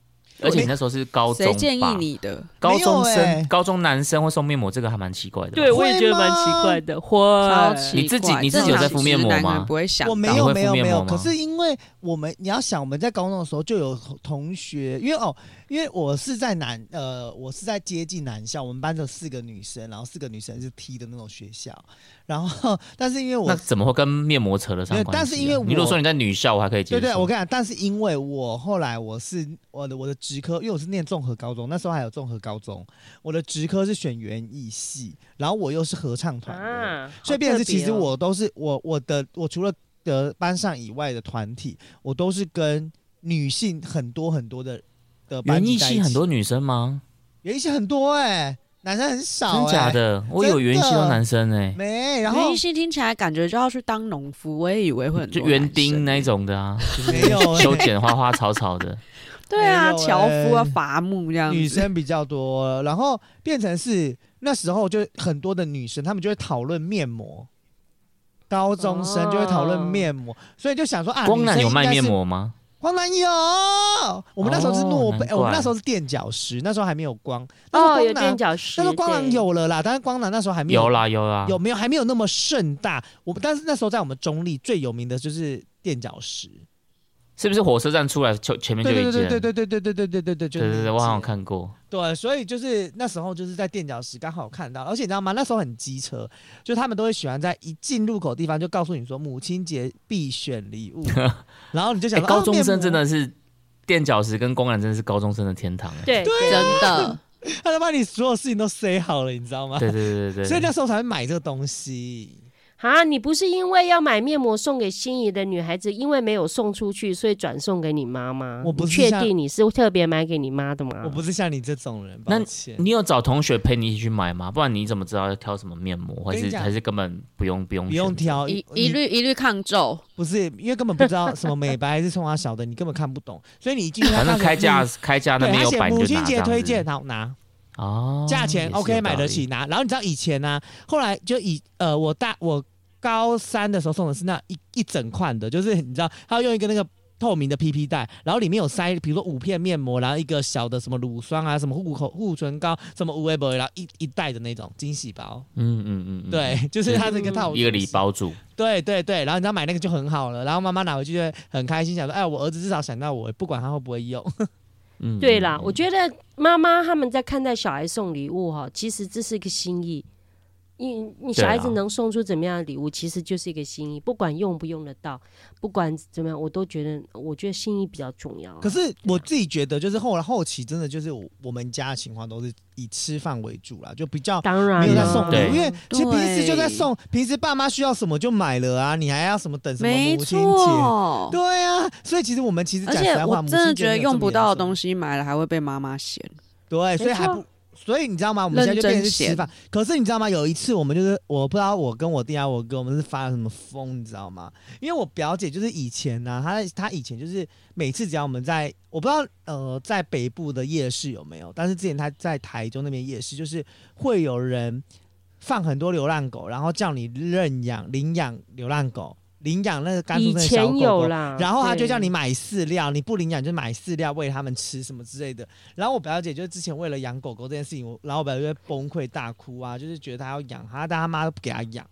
Speaker 5: 而且你那时候是高中
Speaker 4: 谁
Speaker 5: 吧？
Speaker 4: 建议你的？
Speaker 5: 高中生、
Speaker 2: 没有欸
Speaker 5: 高中男生会送面膜，这个还蛮奇怪的。
Speaker 2: 我也觉得蛮奇怪
Speaker 3: 的。
Speaker 4: 超
Speaker 3: 会
Speaker 4: 奇怪，
Speaker 5: 你自己你自己有在敷面膜吗
Speaker 4: 正常直男可能不会想到，
Speaker 2: 我没
Speaker 5: 你
Speaker 2: 有
Speaker 5: 会
Speaker 2: 没
Speaker 5: 敷
Speaker 2: 有
Speaker 5: 面
Speaker 2: 没有，
Speaker 5: 膜
Speaker 2: 可
Speaker 5: 吗
Speaker 2: 是因为我们你要想，我们在高中的时候就有同同学，因为哦，因为我是在南呃，我是在接近南校，我们班只有四个女生，然后四个女生是 T 的那种学校，然后 但是因为我
Speaker 5: 那怎么会跟面膜扯得上
Speaker 2: 没有
Speaker 5: 关系啊、
Speaker 2: 但是因为我
Speaker 5: 你如果说你在女校，我还可以接
Speaker 2: 对
Speaker 5: 受。
Speaker 2: 对，我跟你讲，但是因为我后来我是我的我的职科，因为我是念综合高中，那时候还有综合高中，我的职科是选园艺系，然后我又是合唱团的人
Speaker 3: 啊，
Speaker 2: 所以
Speaker 3: 好
Speaker 2: 变成是，
Speaker 3: 特别
Speaker 2: 其实
Speaker 3: 哦
Speaker 2: 我都是我我的我除了的班上以外的团体，我都是跟女性很多很多的的班
Speaker 5: 园
Speaker 2: 级
Speaker 5: 艺
Speaker 2: 在一
Speaker 5: 系
Speaker 2: 起
Speaker 5: 很多，女生吗？
Speaker 2: 园艺系很多哎、男生很少、
Speaker 5: 真
Speaker 2: 欸，
Speaker 5: 假？的？我有园艺系都男生哎、
Speaker 2: 没，
Speaker 4: 园
Speaker 2: 然后
Speaker 4: 艺系听起来感觉就要去当农夫，我也以为会很
Speaker 5: 就
Speaker 4: 多
Speaker 5: 园
Speaker 4: 男
Speaker 5: 丁
Speaker 4: 生
Speaker 5: 那一种的啊，就是
Speaker 2: 没有欸
Speaker 5: 修剪花花草草的。
Speaker 4: 对啊，
Speaker 2: 没有欸
Speaker 4: 樵夫啊，伐木这样子。
Speaker 2: 女生比较多，然后变成是那时候就很多的女生，她们就会讨论面膜。高中生就会讨论面膜，所以就想说 啊，
Speaker 5: 哦光
Speaker 2: 男
Speaker 5: 南有卖面，膜吗？
Speaker 2: 光南有。我们那时候是诺贝，
Speaker 5: 哦难怪
Speaker 2: 我们那时候是垫脚石，那时候还没有光。那时候
Speaker 3: 哦，有
Speaker 2: 光南
Speaker 3: 垫脚石，
Speaker 2: 那时候光
Speaker 3: 对
Speaker 2: 南有了啦，但是光南那时候还没有
Speaker 5: 有啦有啦，
Speaker 2: 有没有还没有那么盛大。我们但是那时候在我们中立最有名的就是垫脚石，
Speaker 5: 是不是火车站出来前前面就
Speaker 2: 对
Speaker 5: 有
Speaker 2: 对
Speaker 5: 一
Speaker 2: 对
Speaker 5: 间？
Speaker 2: 对对对对对对对对对，就
Speaker 5: 对
Speaker 2: 是
Speaker 5: 对
Speaker 2: 那一
Speaker 5: 对我好像有
Speaker 2: 间
Speaker 5: 看过。
Speaker 2: 对，所以就是那时候就是在垫脚石刚好看到，而且你知道吗？那时候很机车，就他们都会喜欢在一进入口地方就告诉你说母亲节必选礼物，然后你就想
Speaker 5: 哎，
Speaker 2: 说、
Speaker 5: 高
Speaker 2: 啊
Speaker 5: 中
Speaker 2: 面
Speaker 5: 生
Speaker 2: 膜
Speaker 5: 真的是垫脚石跟光南真的是高中生的天堂哎。
Speaker 3: 对
Speaker 4: 真
Speaker 3: 对
Speaker 4: 的，
Speaker 2: 他都把你所有事情都塞好了，你知道吗？
Speaker 5: 对对对对对。
Speaker 2: 所以那时候才会买这个东西。
Speaker 3: 啊，你不是因为要买面膜送给心仪的女孩子，因为没有送出去，所以转送给你妈吗？
Speaker 2: 我不
Speaker 3: 你
Speaker 2: 是
Speaker 3: 确
Speaker 2: 像
Speaker 3: 定你是特别买给你妈的吗？
Speaker 2: 我不是像你这种人，
Speaker 5: 嗯那嗯
Speaker 2: 抱歉。
Speaker 5: 你有找同学陪你一起去买吗？不然你怎么知道要挑什么面膜，还
Speaker 2: 跟你
Speaker 5: 是
Speaker 2: 讲
Speaker 5: 还是根本不用不用
Speaker 2: 不用
Speaker 5: 选择
Speaker 2: 挑，
Speaker 4: 一
Speaker 2: 哦
Speaker 4: 嗯
Speaker 2: 你
Speaker 4: 一律一律抗皱，
Speaker 2: 不是因为根本不知道什么美白还是冲花小的，你根本看不懂，所以你一 进去
Speaker 5: 反正开价
Speaker 2: 价，
Speaker 5: 开价那
Speaker 2: 嗯对，
Speaker 5: 边
Speaker 2: 他
Speaker 5: 有
Speaker 2: 写
Speaker 5: 版
Speaker 2: 母
Speaker 5: 你就
Speaker 2: 亲
Speaker 5: 拿这
Speaker 2: 节
Speaker 5: 样
Speaker 2: 推
Speaker 5: 子
Speaker 2: 荐，好拿，
Speaker 5: 哦，
Speaker 2: 价钱
Speaker 5: 也是
Speaker 2: OK
Speaker 5: 有
Speaker 2: 买
Speaker 5: 道
Speaker 2: 得
Speaker 5: 理
Speaker 2: 起。拿。然后你知道以前呢、后来就以呃我大我高三的时候送的是那一一整块的，就是你知道他会用一个那个。透明的 PP 袋，然后里面有塞，比如说五片面膜，然后一个小的什么乳霜啊，什么护口护唇膏，什么无微博，然后一一袋的那种惊喜包，
Speaker 5: 嗯嗯嗯嗯，
Speaker 2: 对，就是它这个套
Speaker 5: 嗯，一个礼
Speaker 2: 包。
Speaker 5: 包住，
Speaker 2: 对对对，然后你知道买那个就很好了，然后妈妈拿回去就会很开心，想说，哎，我儿子至少想到我，不管他会不会 用。
Speaker 5: 嗯，
Speaker 3: 对
Speaker 5: 嗯
Speaker 3: 啦，
Speaker 5: 嗯
Speaker 3: 我觉得妈妈他们在看待小孩送礼物哈，其实这是一个心意。你你
Speaker 5: 对
Speaker 3: 小
Speaker 5: 啊
Speaker 3: 孩子能送出怎么样的礼物，其实就是一个心意，不管用不用得到，不管怎么样，我都觉得，我觉得心意比较重要啊。
Speaker 2: 可是我自己觉得，就是后来后期真的就是我我们家的情况都是以吃饭为主啦，就比较
Speaker 3: 当然
Speaker 2: 没有在
Speaker 3: 啦
Speaker 2: 送礼
Speaker 5: 对
Speaker 2: 物，因为其实平时就在
Speaker 4: 对
Speaker 2: 送，平时爸妈需要什么就买了啊，你还要什么等什么
Speaker 4: 没
Speaker 2: 母亲节？
Speaker 4: 错。
Speaker 2: 对啊，所以其实我们其实讲
Speaker 4: 而
Speaker 2: 实
Speaker 4: 且
Speaker 2: 在话，
Speaker 4: 我
Speaker 2: 母
Speaker 4: 真的
Speaker 2: 亲节
Speaker 4: 觉得
Speaker 2: 没有
Speaker 4: 用不到的
Speaker 2: 这么
Speaker 4: 东西买了还会被妈妈嫌，
Speaker 2: 严重，对，所以还不
Speaker 3: 没错
Speaker 2: 所以你知道吗？我们现在就变成是吃
Speaker 4: 认
Speaker 2: 饭
Speaker 4: 真。
Speaker 2: 可是你知道吗？有一次我们就是，我不知道我跟我弟啊，我哥我们是发了什么疯，你知道吗？因为我表姐就是以前呢、她她以前就是每次只要我们在，我不知道呃在北部的夜市有没有，但是之前她在台中那边夜市，就是会有人放很多流浪狗，然后叫你认养领养流浪狗，领养那个甘肃
Speaker 3: 以
Speaker 2: 那个小
Speaker 3: 前
Speaker 2: 狗
Speaker 3: 有
Speaker 2: 狗。
Speaker 3: 啦，
Speaker 2: 然后他就
Speaker 3: 啊对
Speaker 2: 叫你买饲料，你不领养就买饲料喂他们吃什么之类的。然后我表姐就是之前为了养狗狗这件事情，我然后我表姐就会崩溃大哭啊，就是觉得她要养它，但她妈都不给她养。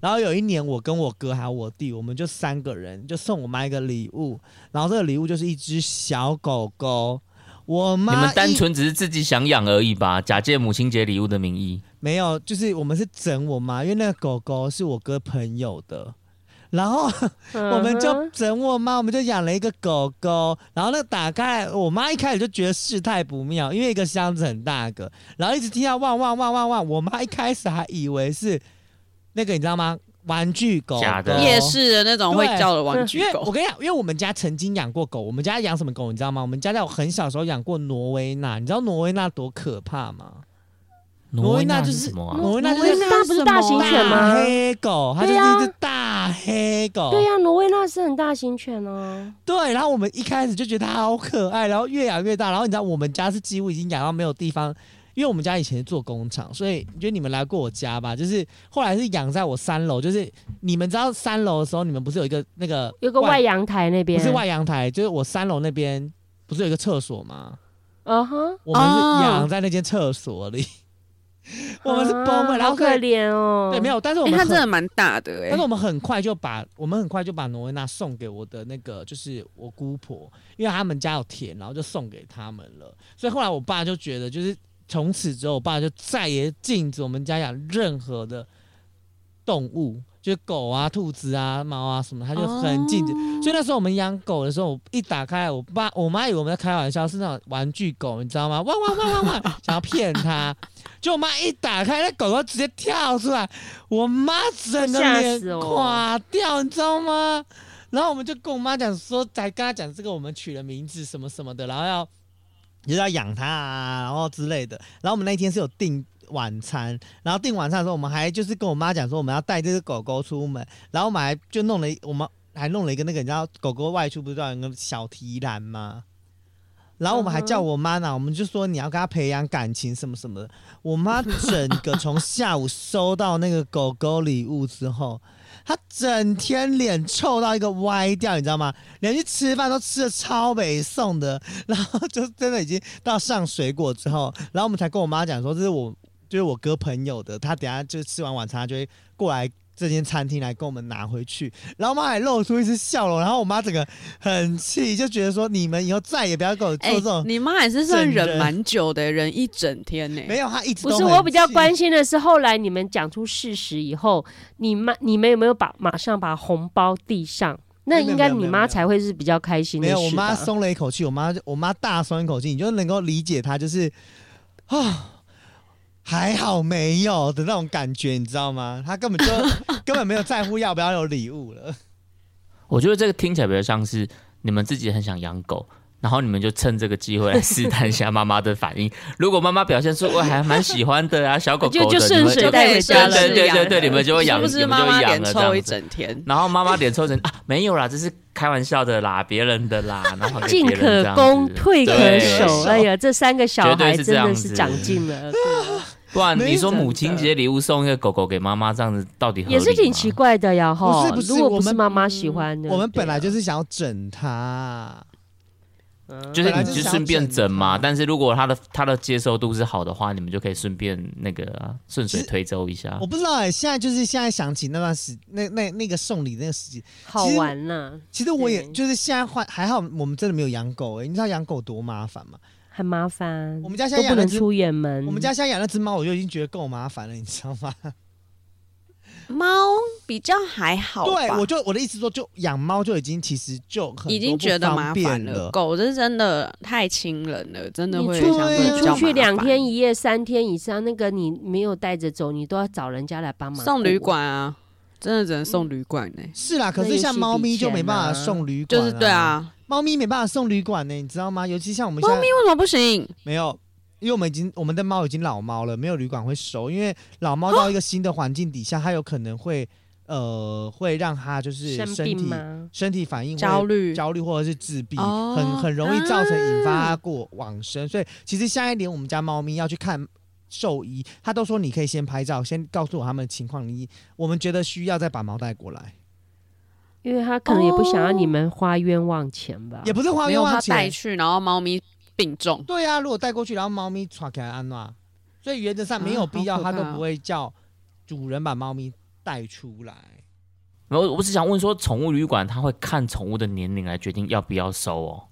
Speaker 2: 然后有一年，我跟我哥还有我弟，我们就三个人就送我妈一个礼物，然后这个礼物就是一只小狗狗。我妈
Speaker 5: 你们单
Speaker 2: 一
Speaker 5: 纯只是自己想养而已吧，假借母亲节礼物的名义，
Speaker 2: 没有，就是我们是整我妈，因为那个狗狗是我哥朋友的，然后我们就
Speaker 3: 嗯哼
Speaker 2: 整我妈，我们就养了一个狗狗，然后那打开来，我妈一开始就觉得事态不妙，因为一个箱子很大个，然后一直听到汪汪汪汪汪，我妈一开始还以为是那个你知道吗？玩具狗
Speaker 5: 假的
Speaker 2: 狗
Speaker 4: 夜市的那种会
Speaker 2: 对
Speaker 4: 叫的玩具
Speaker 2: 因为我
Speaker 4: 狗，
Speaker 2: 跟你讲，因为我们家曾经养过狗，我们家养什么狗你知道吗？我们家在我很小的时候养过挪威纳，你知道挪威纳多可怕吗？挪威纳
Speaker 5: 纳
Speaker 2: 就是
Speaker 5: 是什么啊？
Speaker 2: 挪威纳就
Speaker 3: 挪威
Speaker 2: 是
Speaker 3: 纳不是大型犬
Speaker 2: 大
Speaker 3: 吗？
Speaker 2: 黑狗，它就是
Speaker 3: 对啊
Speaker 2: 一只大黑狗。
Speaker 3: 对呀、挪威那是很大型犬哦、
Speaker 2: 对，然后我们一开始就觉得它好可爱，然后越养越大，然后你知道我们家是几乎已经养到没有地方，因为我们家以前是做工厂，所以觉得你们来过我家吧， 就是后来是养在我三楼，就是你们知道三楼的时候，你们不是有一个那个
Speaker 3: 有个外阳台那边，
Speaker 2: 不是外阳台，就是我三楼那边不是有一个厕所吗？
Speaker 3: 嗯哼，
Speaker 2: 我们
Speaker 4: 哦
Speaker 2: 是养在那间厕所里， 我们是
Speaker 3: 啊
Speaker 2: 崩溃，然后
Speaker 3: 好可
Speaker 2: 所以
Speaker 3: 怜哦、
Speaker 2: 对没有，但是我
Speaker 4: 哎，
Speaker 2: 们
Speaker 4: 它
Speaker 2: 很
Speaker 4: 真的蛮大的
Speaker 2: 但是
Speaker 4: 哎，
Speaker 2: 我们很快就把我们很快就把挪威纳送给我的那个就是我姑婆，因为他们家有田，然后就送给他们了。所以后来我爸就觉得，就是从此之后，我爸就再也禁止我们家养任何的动物，就是狗啊、兔子啊、猫啊什么，他就很禁止。所以那时候我们养狗的时候，我一打开，我爸我妈以为我们在开玩笑，是那种玩具狗，你知道吗？汪汪汪汪汪， 想要骗他。就我妈一打开，那狗狗直接跳出来，我妈整个
Speaker 3: 吓
Speaker 2: 脸
Speaker 3: 死我
Speaker 2: 垮掉，你知道吗？然后我们就跟我妈讲说，才跟她讲这个，我们取了名字什么什么的，然后要就是要养它啊，然后之类的。然后我们那一天是有订晚餐，然后订晚餐的时候，我们还就是跟我妈讲说，我们要带这只狗狗出门，然后我们还就弄了一我们还弄了一个那个，你知道狗狗外出不是都要有那个小提篮吗？然后我们还
Speaker 3: 嗯哼
Speaker 2: 叫我妈呢，我们就说你要跟它培养感情什么什么的。我妈整个从下午收到那个狗狗礼物之后，她整天脸臭到一个歪掉，你知道吗？连去吃饭都吃的超北送的，然后就真的已经到上水果之后，然后我们才跟我妈讲说，这是我就是我哥朋友的，他等下就吃完晚餐他就会过来。这间餐厅来跟我们拿回去，然后我妈还露出一丝笑容，然后我妈整个很气，就觉得说你们以后再也不要给我做
Speaker 4: 哎
Speaker 2: 这种，
Speaker 4: 你妈也是算
Speaker 2: 整人
Speaker 4: 忍蛮久的，忍一整天呢。
Speaker 2: 没有，她一直
Speaker 3: 不
Speaker 2: 都
Speaker 3: 是
Speaker 2: 很
Speaker 3: 我比较
Speaker 2: 气
Speaker 3: 关心的是，后来你们讲出事实以后，你妈你们有没有把马上把红包递上？那
Speaker 2: 没有
Speaker 3: 应该
Speaker 2: 没有没
Speaker 3: 你
Speaker 2: 有没
Speaker 3: 妈
Speaker 2: 有
Speaker 3: 才会是比较开心的
Speaker 2: 没
Speaker 3: 事
Speaker 2: 有，
Speaker 3: 吧。
Speaker 2: 我妈松了一口气，我妈我妈大松一口气，你就能够理解她就是啊，还好没有的那种感觉，你知道吗？她根本 就根本没有在乎要不要有礼物了。
Speaker 5: 我觉得这个听起来比较像是你们自己很想养狗。然后你们就趁这个机会来试探一下妈妈的反 应。如果妈妈表现出我还蛮喜欢的啊，小狗狗的，
Speaker 3: 就就顺水
Speaker 5: 你们
Speaker 3: 带回家了
Speaker 5: 对对对对对，你们就会养，
Speaker 4: 是不是
Speaker 5: 你们
Speaker 4: 妈
Speaker 5: 就
Speaker 4: 妈
Speaker 5: 会养
Speaker 4: 脸
Speaker 5: 了这
Speaker 4: 臭一
Speaker 5: 样子。
Speaker 4: 整天？
Speaker 5: 然后妈妈脸臭成啊，没有啦，这是开玩笑的啦，别人的啦，然后好像
Speaker 3: 进
Speaker 5: 别人这
Speaker 3: 可
Speaker 5: 样
Speaker 3: 攻，
Speaker 5: 子
Speaker 3: 退可
Speaker 5: 对
Speaker 3: 守。哎呀，这三个小
Speaker 5: 绝对
Speaker 3: 孩
Speaker 5: 是
Speaker 3: 真
Speaker 5: 这
Speaker 3: 的
Speaker 5: 样
Speaker 3: 是
Speaker 5: 子
Speaker 3: 长进
Speaker 2: 啊
Speaker 3: 了，
Speaker 5: 不然
Speaker 2: 没
Speaker 5: 你
Speaker 2: 有
Speaker 5: 说
Speaker 4: 真
Speaker 5: 母亲
Speaker 4: 的
Speaker 5: 节礼物送一个狗狗给妈妈，这样子到底合理
Speaker 3: 也是挺
Speaker 5: 吗
Speaker 3: 奇怪的呀。哈，
Speaker 2: 不是不
Speaker 3: 如
Speaker 2: 是
Speaker 3: 果
Speaker 2: 我
Speaker 3: 不是
Speaker 2: 们
Speaker 3: 妈妈喜欢的，
Speaker 2: 我们本
Speaker 4: 啊
Speaker 2: 来就是是想要整她，
Speaker 5: 就是你
Speaker 2: 本来就是
Speaker 5: 就
Speaker 2: 想
Speaker 5: 顺便整嘛，
Speaker 2: 整他
Speaker 5: 但是如果他的他的接受度是好的话，你们就可以顺便那个啊顺水推舟一下
Speaker 2: 我。不知道哎、现在就是现在想起那段时那那那个送礼那个时期，
Speaker 3: 好
Speaker 2: 其实
Speaker 3: 玩呐，
Speaker 2: 其实我也
Speaker 3: 对
Speaker 2: 就是现在还还好，我们真的没有养狗哎、你知道养狗多麻烦吗？
Speaker 3: 很麻烦
Speaker 2: 我，们家现
Speaker 3: 都
Speaker 2: 在
Speaker 3: 不
Speaker 2: 养了
Speaker 3: 能
Speaker 2: 一只，
Speaker 3: 出远门。
Speaker 4: 嗯
Speaker 2: 我们家现在养那只猫，我就已经觉得够麻烦了，你知道吗？
Speaker 4: 猫比较还好吧，
Speaker 2: 对，我就我的意思说，就养猫就已经其实就很
Speaker 4: 已
Speaker 2: 多
Speaker 4: 经
Speaker 2: 不
Speaker 4: 觉得
Speaker 2: 方
Speaker 4: 麻
Speaker 2: 便
Speaker 4: 烦
Speaker 2: 了。
Speaker 4: 狗是真的太亲人了，真的
Speaker 3: 你
Speaker 4: 会
Speaker 3: 出
Speaker 4: 相
Speaker 2: 对
Speaker 4: 对
Speaker 2: 啊
Speaker 4: 比较
Speaker 3: 你出
Speaker 4: 麻
Speaker 3: 去
Speaker 4: 烦
Speaker 3: 两天一夜、三天以上，那个你没有带着走，你都要找人家来帮忙
Speaker 4: 送
Speaker 3: 顾
Speaker 4: 旅馆啊，真的只能送旅馆呢、
Speaker 2: 是啦，可
Speaker 3: 那
Speaker 2: 是
Speaker 3: 也
Speaker 2: 像
Speaker 3: 许
Speaker 2: 猫
Speaker 3: 比
Speaker 2: 咪就
Speaker 3: 钱
Speaker 2: 没办法
Speaker 3: 啊
Speaker 2: 送旅馆、
Speaker 4: 就是对，啊，
Speaker 2: 猫咪没办法送旅馆呢、你知道吗？尤其像我们现在
Speaker 4: 为什么不行？
Speaker 2: 没有，因为我们已经我们的猫已经老猫了，没有旅馆会收，因为老猫到一个新的环境底下，它有可能会呃会让它就是
Speaker 3: 生
Speaker 2: 身
Speaker 3: 病
Speaker 2: 体
Speaker 3: 吗？
Speaker 2: 身体反应会
Speaker 4: 焦虑
Speaker 2: 焦虑或者是自闭，
Speaker 4: 哦
Speaker 2: 很很容易造成引发它
Speaker 4: 啊
Speaker 2: 过往生。所以其实现在连我们家猫咪要去看兽医，他都说你可以先拍照，先告诉我他们的情况，你我们觉得需要再把猫带过来，
Speaker 3: 因为他可能也不想要你们花冤枉钱吧。
Speaker 2: 哦也不是花
Speaker 4: 啊没
Speaker 2: 冤
Speaker 4: 有
Speaker 2: 枉
Speaker 4: 他带
Speaker 2: 钱。
Speaker 4: 去，然后猫咪病重，
Speaker 2: 对啊，如果带过去，然后猫咪抓起来安娜，所以原则上没有
Speaker 4: 啊
Speaker 2: 必要，
Speaker 4: 好可
Speaker 2: 它
Speaker 4: 怕
Speaker 2: 都
Speaker 4: 哦
Speaker 2: 不会叫主人把猫咪带出来。
Speaker 5: 然后我只想问说，宠物旅馆他会看宠物的年龄来决定要不要收哦？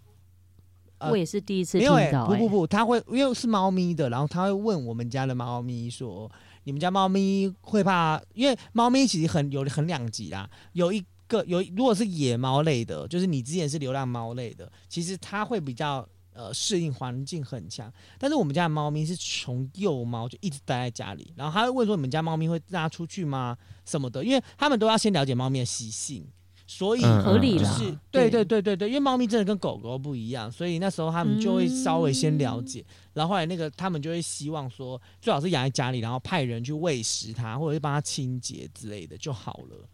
Speaker 2: 呃
Speaker 3: 我也是第一次
Speaker 2: 没
Speaker 3: 听
Speaker 2: 有哎、
Speaker 3: 到、
Speaker 2: 不
Speaker 3: 哎，
Speaker 2: 不不，它会因为是猫咪的，然后它会问我们家的猫咪说，你们家猫咪会怕？因为猫咪其实很有很两极啦，有一个有一如果是野猫类的，就是你之前是流浪猫类的，其实它会比较。呃适应环境很强。但是我们家的猫咪是从幼猫就一直待在家里，然后他会问说你们家猫咪会拉出去吗？什么的，因为他们都要先了解猫咪的习性，所以
Speaker 5: 嗯
Speaker 3: 合理
Speaker 2: 就
Speaker 3: 啦
Speaker 2: 是
Speaker 3: 对
Speaker 2: 对对对对对，因为猫咪真的跟狗狗不一样，所以那时候他们就会稍微先了解，然后后来那个他们就会希望说，最好是养在家里，然后派人去喂食它，或者是帮它清洁之类的就好了。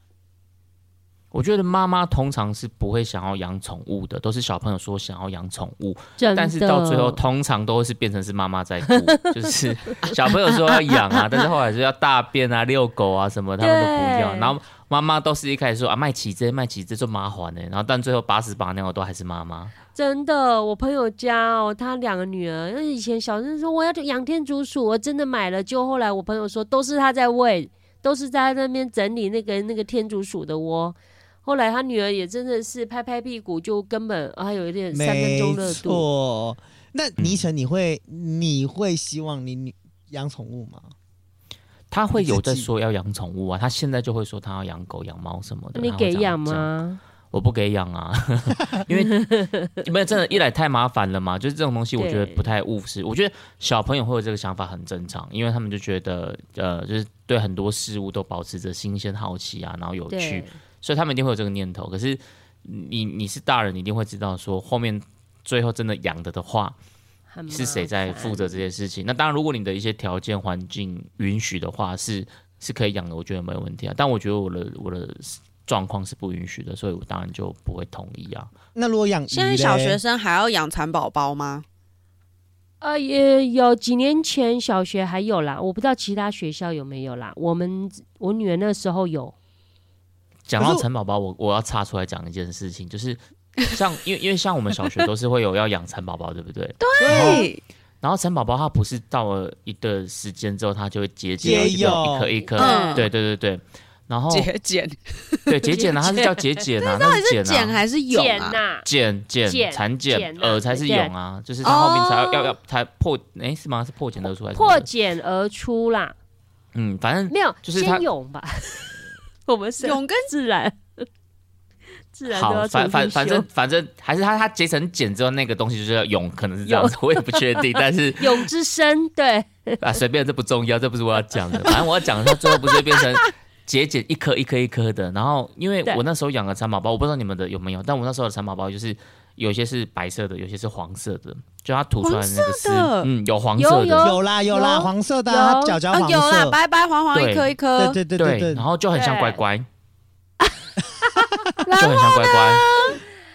Speaker 5: 我觉得妈妈通常是不会想要养宠物的，都是小朋友说想要养宠物，
Speaker 3: 真的。
Speaker 5: 但是到最后通常都是变成是妈妈在 顾，就是小朋友说要养啊，但是后来说要大便啊、遛狗啊什么，他们都不要。
Speaker 3: 对
Speaker 5: 然后妈妈都是一开始说啊卖起这卖起这就麻烦呢、然后但最后把屎把尿的都还是妈妈。
Speaker 3: 真的，我朋友家哦，他两个女儿，那以前小时候说我要养天竺鼠，我真的买了，就后来我朋友说都是他在喂，都是在那边整理那个那个天竺鼠的窝。后来他女儿也真的是拍拍屁股，就根本啊有一点三分钟热度。
Speaker 2: 错。那倪晨，你会你会希望你女养宠物吗？
Speaker 5: 他会有
Speaker 2: 你自
Speaker 5: 在
Speaker 2: 己
Speaker 5: 说要养宠物啊，他现在就会说他要养狗、养猫什么的。
Speaker 3: 你
Speaker 5: 他会
Speaker 3: 给
Speaker 5: 这样
Speaker 3: 养
Speaker 5: 讲？
Speaker 3: 吗？
Speaker 5: 我不给养啊， 因为没有真的，一来太麻烦了嘛，就是这种东西，我觉得
Speaker 3: 对
Speaker 5: 不太务实。我觉得小朋友会有这个想法很正常，因为他们就觉得呃，就是对很多事物都保持着新鲜好奇啊，然后有趣
Speaker 3: 对，，
Speaker 5: 所以他们一定会有这个念头。可是你你是大人，你一定会知道说后面最后真的养的的话，
Speaker 3: 很
Speaker 5: 是谁
Speaker 3: 麻
Speaker 5: 在
Speaker 3: 嗯
Speaker 5: 负
Speaker 3: 烦
Speaker 5: 责这些事情。那当然，如果你的一些条件环境允许的话，是是可以养的，我觉得没有问题啊。但我觉得我的我的状况是不允许的，所以我当然就不会同意啊。
Speaker 2: 那如果养鱼
Speaker 4: 现在小
Speaker 2: 嘞
Speaker 4: 学生还要养蚕宝宝吗？
Speaker 3: 呃，也有几年前小学还有啦，我不知道其他学校有没有啦。我们我女儿那时候有，
Speaker 5: 讲
Speaker 2: 可是
Speaker 5: 到
Speaker 2: 我
Speaker 5: 蚕宝宝，我我要插出来讲一件事情，就是像因为因为像我们小学都是会有要养蚕宝宝，对不对？对。
Speaker 4: 对，
Speaker 5: 然后蚕宝宝它不是到了一个时间之后，它就会结
Speaker 2: 结
Speaker 5: 茧，就
Speaker 2: 蛹
Speaker 5: 一颗一颗。
Speaker 4: 嗯
Speaker 5: 对对对对。然
Speaker 2: 哦
Speaker 5: 后
Speaker 4: 节俭
Speaker 5: 对结茧啊，它是叫结茧啊，那
Speaker 4: 是
Speaker 5: 茧啊
Speaker 4: 俭。还是蛹
Speaker 3: 茧
Speaker 4: 啊？
Speaker 3: 呐、
Speaker 5: 茧
Speaker 3: 茧
Speaker 5: 茧蚕茧
Speaker 3: 茧，啊哦
Speaker 5: 耳才是蛹啊，就是它后面才要要要才破，哎是吗？是破茧而出还是什么
Speaker 3: 破
Speaker 5: 的？
Speaker 3: 茧而出啦，
Speaker 5: 嗯，反正
Speaker 3: 没有，
Speaker 5: 就是
Speaker 3: 先
Speaker 5: 它
Speaker 3: 蛹吧。我们是
Speaker 4: 蛹跟
Speaker 3: 自然， 自然都
Speaker 5: 好
Speaker 3: 要，重
Speaker 5: 反
Speaker 3: 新
Speaker 5: 反反
Speaker 3: 修
Speaker 5: 正反正还是它它结成茧之后那个东西就是要蛹，可能是这样子，我也不确定，但 是
Speaker 3: 蛹之身，对，
Speaker 5: 啊随便这不重要，这不是我要讲的，反正我要讲的它最后不是变成结茧一颗一颗一颗的，然后因为
Speaker 3: 对
Speaker 5: 我那时候养的蚕宝宝，我不知道你们的有没有，但我那时候的蚕宝宝就是有些是白色的，有些是黄色的，就它吐出来的那个丝
Speaker 4: 黄色的，
Speaker 5: 嗯，有黄色
Speaker 3: 有
Speaker 5: 的。
Speaker 2: 有啦有啦，
Speaker 3: 有
Speaker 2: 黄色的啊，
Speaker 3: 有
Speaker 2: 它脚脚
Speaker 4: 啊
Speaker 2: 黄
Speaker 4: 有啦，
Speaker 2: 色，
Speaker 4: 白白黄黄
Speaker 5: 对
Speaker 4: 一颗一颗，
Speaker 2: 对对对
Speaker 5: 对，
Speaker 2: 对
Speaker 5: 然，后就很像
Speaker 3: 对
Speaker 5: 乖乖， 就很像乖乖。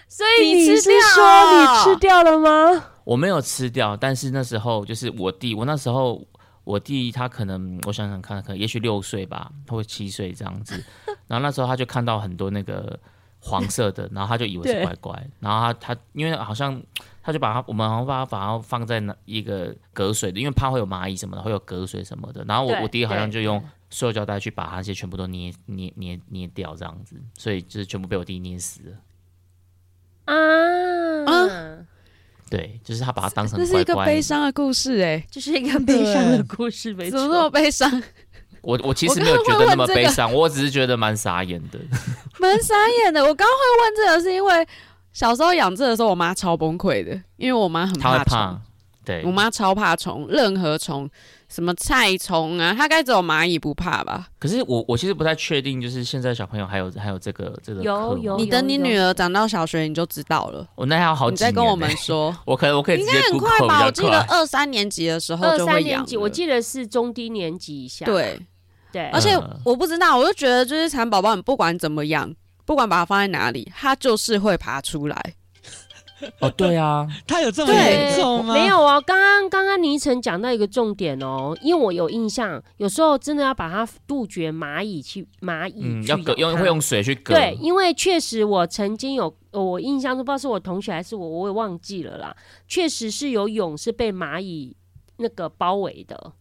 Speaker 3: 所以你
Speaker 4: 你
Speaker 3: 是
Speaker 4: 吃掉
Speaker 3: 说你吃掉了吗？
Speaker 5: 我没有吃掉，但是那时候就是我弟，我那时候我弟他可能我想想看，可能也许六岁吧，或七岁这样 子。然后那时候他就看到很多那个黄色的，然后他就以为是
Speaker 3: 对
Speaker 5: 乖乖，然后他他因为好像他就把它我们好像把它把它放在那一个隔水的，因为怕会有蚂蚁什么的，会有隔水什么的。然后我
Speaker 3: 对
Speaker 5: 我弟好像
Speaker 3: 对
Speaker 5: 就用塑胶袋去把它那些全部都捏捏捏捏掉这样子，所以就是全部被我弟捏死了。
Speaker 3: 啊
Speaker 4: 啊
Speaker 5: 对，就是他把它当成
Speaker 4: 这是
Speaker 5: 乖
Speaker 4: 一个
Speaker 5: 乖。
Speaker 4: 悲伤的故事哎、
Speaker 3: 这是一个悲伤的故事，没
Speaker 4: 怎么那么
Speaker 3: 错。
Speaker 4: 悲伤？
Speaker 5: 我我其
Speaker 4: 我
Speaker 5: 实
Speaker 4: 刚
Speaker 5: 没有
Speaker 4: 刚
Speaker 5: 觉
Speaker 4: 会
Speaker 5: 得那
Speaker 4: 问
Speaker 5: 么
Speaker 4: 这
Speaker 5: 悲
Speaker 4: 个
Speaker 5: 伤，我只是觉得蛮傻眼 的。
Speaker 4: 蛮傻眼的。我刚刚会问这个，是因为小时候养这个的时候，我妈超崩溃的，因为我妈很
Speaker 5: 他
Speaker 4: 怕
Speaker 5: 会
Speaker 4: 虫，
Speaker 5: 怕，对
Speaker 4: 我。妈超怕虫，任何虫，什么菜虫啊，她该只有蚂蚁不怕吧？
Speaker 5: 可是我我其实不太确定，就是现在小朋友还有还有这个这个
Speaker 3: 有
Speaker 5: 课吗
Speaker 3: 有哦
Speaker 4: 你等你女儿长到小学，你就知道了。
Speaker 5: 我那还要好
Speaker 4: 你
Speaker 5: 几
Speaker 4: 再
Speaker 5: 年
Speaker 4: 跟我
Speaker 5: 呢
Speaker 4: 们，说，
Speaker 5: 我可能我可以直
Speaker 4: 应
Speaker 5: 接
Speaker 4: 啊该很
Speaker 5: Google
Speaker 4: 快
Speaker 5: 比
Speaker 4: 吧？
Speaker 5: 较
Speaker 4: 我记得二三年级的时候
Speaker 3: 二
Speaker 4: 就
Speaker 3: 三
Speaker 4: 会
Speaker 3: 年
Speaker 4: 养
Speaker 3: 级，我
Speaker 4: 了。
Speaker 3: 记得是中低年级以下。
Speaker 4: 对，
Speaker 3: 对，
Speaker 4: 而且
Speaker 5: 嗯
Speaker 4: 我不知道，我就觉得就是蚕宝宝，你不管怎么养，不管把它放在哪里，它就是会爬出来。
Speaker 5: 哦，对啊，
Speaker 2: 它有这么
Speaker 4: 对
Speaker 2: 严重吗？
Speaker 3: 没有哦，刚刚刚刚倪晨讲到一个重点哦，因为我有印象，有时候真的要把它杜绝蚂蚁去蚂蚁、
Speaker 5: 嗯，
Speaker 3: 去
Speaker 5: 要隔
Speaker 3: 咬
Speaker 5: 用
Speaker 3: 它
Speaker 5: 会用水去隔，
Speaker 3: 对，因为确实我曾经有，呃我印象中不知道是我同学还是我，我也忘记了啦。确实是有蛹是被蚂蚁那个包围的。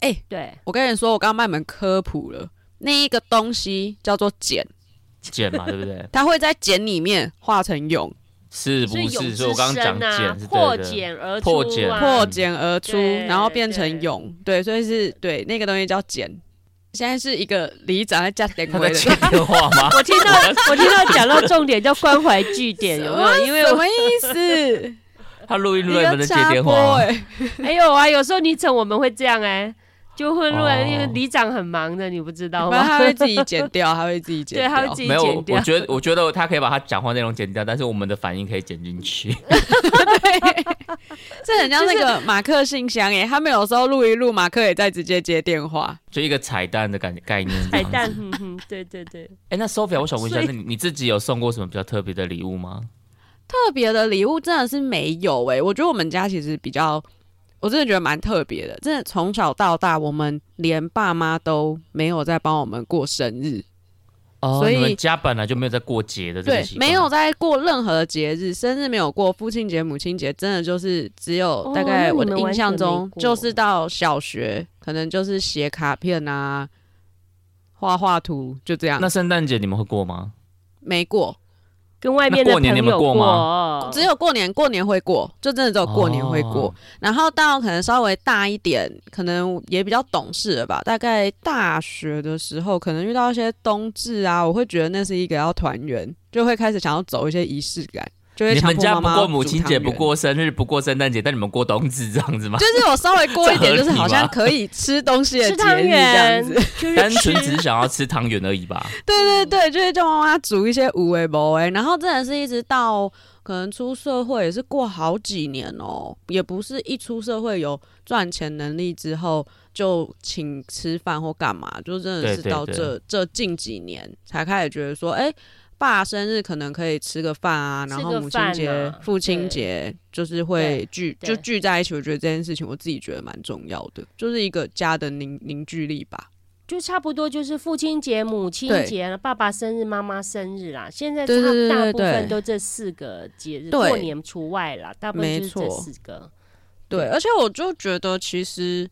Speaker 4: 哎
Speaker 3: 对，
Speaker 4: 我跟你说，我刚刚帮你们科普了，那一个东西叫做茧，？
Speaker 5: 茧嘛，对不对
Speaker 4: 它会在茧里面化成蛹，
Speaker 5: 是不
Speaker 3: 所以蛹
Speaker 5: 是？
Speaker 3: 之
Speaker 5: 所以我刚刚讲
Speaker 3: 身啊
Speaker 5: 茧是
Speaker 3: 破
Speaker 5: 对的。
Speaker 3: 茧而出、啊，
Speaker 5: 破茧
Speaker 4: 破茧而出，
Speaker 3: 对
Speaker 4: 然后变成蛹。对，所以是对那个东西叫茧。现在是一个里长在加点
Speaker 5: 他
Speaker 4: 鬼
Speaker 5: 在
Speaker 4: 的，
Speaker 5: 接 电话吗？
Speaker 3: 我听 到我听到讲到重点叫关怀据点，有没有？因为
Speaker 4: 什
Speaker 3: 我
Speaker 4: 么意思？
Speaker 5: 他录 音录
Speaker 4: 你
Speaker 5: 了也不能
Speaker 4: 要
Speaker 5: 接
Speaker 4: 插
Speaker 5: 电话
Speaker 4: 播
Speaker 5: 啊，
Speaker 4: 哎，
Speaker 3: 没有啊，有时候你整我们会这样哎、就会录
Speaker 5: 哦
Speaker 3: 然因为里长很忙的，你不知道
Speaker 4: 反正
Speaker 3: 吗？
Speaker 4: 他会自己剪掉，他会自己剪
Speaker 3: 对，
Speaker 4: 掉，
Speaker 3: 他会自己
Speaker 5: 没有，
Speaker 3: 剪
Speaker 5: 我
Speaker 3: 掉
Speaker 5: 我。觉得我觉得他可以把他讲话内容剪掉，但是我们的反应可以剪进去。
Speaker 4: 这很像那个马克信箱哎，他们有时候录一录，马克也在直接接电话。
Speaker 5: 就一个彩蛋的感概念。
Speaker 3: 彩蛋，。 哼哼，对对对，
Speaker 5: 哎、那 Sophia，我想问一下，
Speaker 3: 所以
Speaker 5: 那你你自己有送过什么比较特别的礼物吗？
Speaker 4: 特别的礼物真的是没有哎、我觉得我们家其实比较，我真的觉得蛮特别的。真的从小到大，我们连爸妈都没有在帮我们过生日，
Speaker 5: 哦
Speaker 4: 所以
Speaker 5: 你们家本来就没有在过节的这个
Speaker 4: 对
Speaker 5: 习，惯
Speaker 4: 没有在过任何节日，生日没有过，父亲节、母亲节，真的就是只有
Speaker 3: 哦
Speaker 4: 大概
Speaker 3: 那你
Speaker 4: 我
Speaker 3: 们
Speaker 4: 的
Speaker 3: 完
Speaker 4: 印象
Speaker 3: 全没
Speaker 4: 中，
Speaker 3: 过
Speaker 4: 就是到小学，可能就是写卡片啊、画画图，就这样
Speaker 5: 那，圣诞节你们会过吗？
Speaker 4: 没过。
Speaker 3: 跟外面
Speaker 5: 那
Speaker 3: 的
Speaker 5: 过年
Speaker 3: 朋
Speaker 5: 你们
Speaker 3: 友
Speaker 5: 过吗
Speaker 4: 只有过年，过年会过，就真的只有过年会过。
Speaker 5: 哦
Speaker 4: 然后到可能稍微大一点，可能也比较懂事了吧。大概大学的时候，可能遇到一些冬至啊，我会觉得那是一个要团圆，就会开始想要走一些仪式感，就会
Speaker 5: 你
Speaker 4: 强
Speaker 5: 们
Speaker 4: 迫
Speaker 5: 家
Speaker 4: 妈
Speaker 5: 不
Speaker 4: 妈
Speaker 5: 过母亲节，
Speaker 4: 煮汤
Speaker 5: 不
Speaker 4: 圆。
Speaker 5: 过生日，不过圣诞节，但你们过冬至这样子 吗？
Speaker 4: 就是我稍微过一点，
Speaker 5: 这合理
Speaker 4: 就
Speaker 5: 吗
Speaker 4: 是好像可以吃东西的
Speaker 3: 吃
Speaker 4: 节
Speaker 3: 汤
Speaker 4: 日这样
Speaker 3: 圆
Speaker 4: 子。，
Speaker 3: 就是
Speaker 5: 单纯
Speaker 3: 吃
Speaker 5: 只是想要吃汤圆而已吧。
Speaker 4: 对对对，就是叫妈妈煮一些无为不为，然后真的是一直到可能出社会也是过好几年哦，也不是一出社会有赚钱能力之后就请吃饭或干嘛，就真的是
Speaker 5: 对对
Speaker 4: 到这
Speaker 5: 对
Speaker 4: 这近几年才开始觉得说，哎、爸生日可能可以吃个饭啊，然后
Speaker 3: 吃个
Speaker 4: 母亲
Speaker 3: 饭啊
Speaker 4: 节、父亲节就是会聚
Speaker 3: 对
Speaker 4: 就聚在一起，我觉得这件事情我自己觉得蛮重要的，就是一个家的凝凝聚力吧。
Speaker 3: 就差不多就是父亲节、母亲节、爸爸生日、妈妈生日啦。现在
Speaker 4: 对对对
Speaker 3: 差大
Speaker 4: 对
Speaker 3: 部
Speaker 4: 对
Speaker 3: 分都这四个节日，
Speaker 4: 对
Speaker 3: 过年除外啦，大部分就是
Speaker 4: 没
Speaker 3: 这
Speaker 4: 错
Speaker 3: 四个。
Speaker 4: 对，
Speaker 3: 嗯
Speaker 4: 而且我就觉得其实，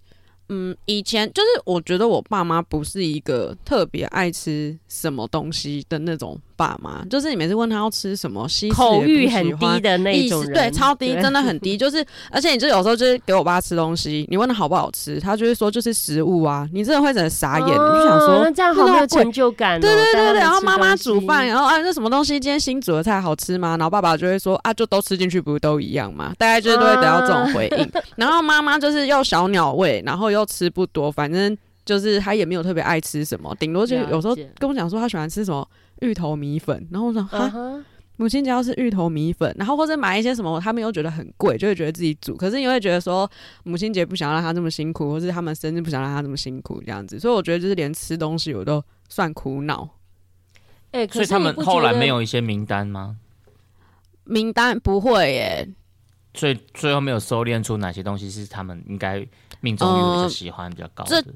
Speaker 4: 嗯，以前就是我觉得我爸妈不是一个特别爱吃什么东西的那种爸妈，就是你每次问他要吃什么，西式
Speaker 3: 口
Speaker 4: 也不
Speaker 3: 欲
Speaker 4: 喜
Speaker 3: 很
Speaker 4: 欢
Speaker 3: 低的那
Speaker 4: 意
Speaker 3: 一
Speaker 4: 识
Speaker 3: 种人，
Speaker 4: 对，超低，真的很低。就是，而且你就有时候就是给我爸吃东西，你问他好不好吃，他就会说就是食物啊，你真的会整个傻眼，你就想
Speaker 3: 哦
Speaker 4: 说
Speaker 3: 那这样好没有
Speaker 4: 那贵
Speaker 3: 成就感哦。
Speaker 4: 对对
Speaker 3: 带
Speaker 4: 对对，
Speaker 3: 他们
Speaker 4: 然后
Speaker 3: 吃
Speaker 4: 妈妈
Speaker 3: 东
Speaker 4: 煮
Speaker 3: 西
Speaker 4: 饭，然后啊那什么东西，今天新煮的菜好吃吗？然后爸爸就会说啊，就都吃进去，不是都一样吗？大概就是都会得到这
Speaker 3: 啊
Speaker 4: 种回应。然后妈妈就是又小鸟胃，然后又吃不多，反正就是她也没有特别爱吃什么，顶多就
Speaker 3: 了
Speaker 4: 有时候
Speaker 3: 解
Speaker 4: 跟我讲说她喜欢吃什么芋头米粉，然后我想哈
Speaker 3: 嗯，哼，
Speaker 4: 母亲节要吃芋头米粉，然后或者买一些什么，他们又觉得很贵，就会觉得自己煮。可是你会觉得说，母亲节不想让他这么辛苦，或是他们生日不想让他这么辛苦这样子。所以我觉得就是连吃东西我都算苦恼。
Speaker 3: 哎，可
Speaker 5: 所以
Speaker 3: 是
Speaker 5: 他
Speaker 3: 你
Speaker 5: 们
Speaker 3: 不
Speaker 5: 后
Speaker 3: 觉
Speaker 5: 来
Speaker 3: 得
Speaker 5: 没有一些名单吗？
Speaker 4: 名单不会耶，
Speaker 5: 所以最后没有收敛出哪些东西是他们应该命中率比较
Speaker 4: 呃
Speaker 5: 喜欢、比较高
Speaker 4: 这
Speaker 5: 的？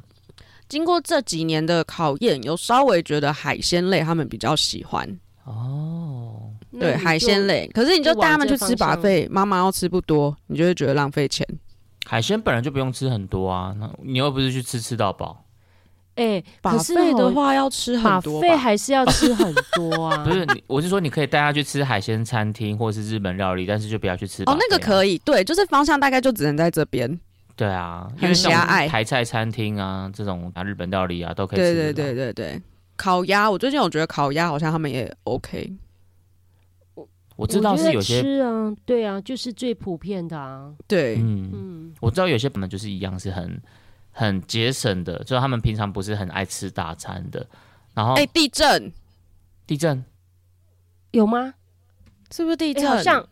Speaker 4: 经过这几年的考验，有稍微觉得海鲜类他们比较喜欢，
Speaker 5: 哦，
Speaker 3: 那
Speaker 4: 对
Speaker 3: 你
Speaker 4: 海
Speaker 3: 就
Speaker 4: 鲜类。可是你就
Speaker 3: 就往
Speaker 4: 带他们
Speaker 3: 这
Speaker 4: 去吃
Speaker 3: 方
Speaker 4: 把
Speaker 3: 向
Speaker 4: 费，妈妈要吃不多，你就会觉得浪费钱。
Speaker 5: 海鲜本来就不用吃很多啊，那你又不是去吃吃到饱，
Speaker 3: 哎，
Speaker 4: 把
Speaker 3: 可是
Speaker 4: 费
Speaker 3: 哦
Speaker 4: 的，话要吃
Speaker 3: 把
Speaker 4: 很多
Speaker 3: 费
Speaker 4: 吧？
Speaker 3: 还是要吃很多啊。
Speaker 5: 不是你，我是说你可以带他去吃海鲜餐厅或是日本料理，但是就不要去吃
Speaker 4: 哦，那个
Speaker 5: 以，
Speaker 4: 可以，对，就是方向大概就只能在这边。
Speaker 5: 对啊，因
Speaker 4: 很
Speaker 5: 为像
Speaker 4: 狭隘
Speaker 5: 台菜餐厅啊这种啊日本料理啊都可以吃
Speaker 4: 对
Speaker 5: 这
Speaker 4: 对
Speaker 5: 种。
Speaker 4: 对对对，烤鸭，我最近我觉得烤鸭好像他们也 OK。
Speaker 5: 我
Speaker 3: 我
Speaker 5: 知道
Speaker 3: 觉
Speaker 5: 是
Speaker 3: 得
Speaker 5: 有些，
Speaker 3: 吃啊，对啊，就是最普遍的啊。
Speaker 4: 对，
Speaker 5: 嗯，
Speaker 3: 嗯，
Speaker 5: 我知道有些本来就是一样是很很节省的，就是他们平常不是很爱吃大餐的。然后
Speaker 4: 哎、地震
Speaker 5: 地震，
Speaker 3: 有吗？
Speaker 4: 是不是地
Speaker 3: 哎
Speaker 4: 震？
Speaker 3: 好像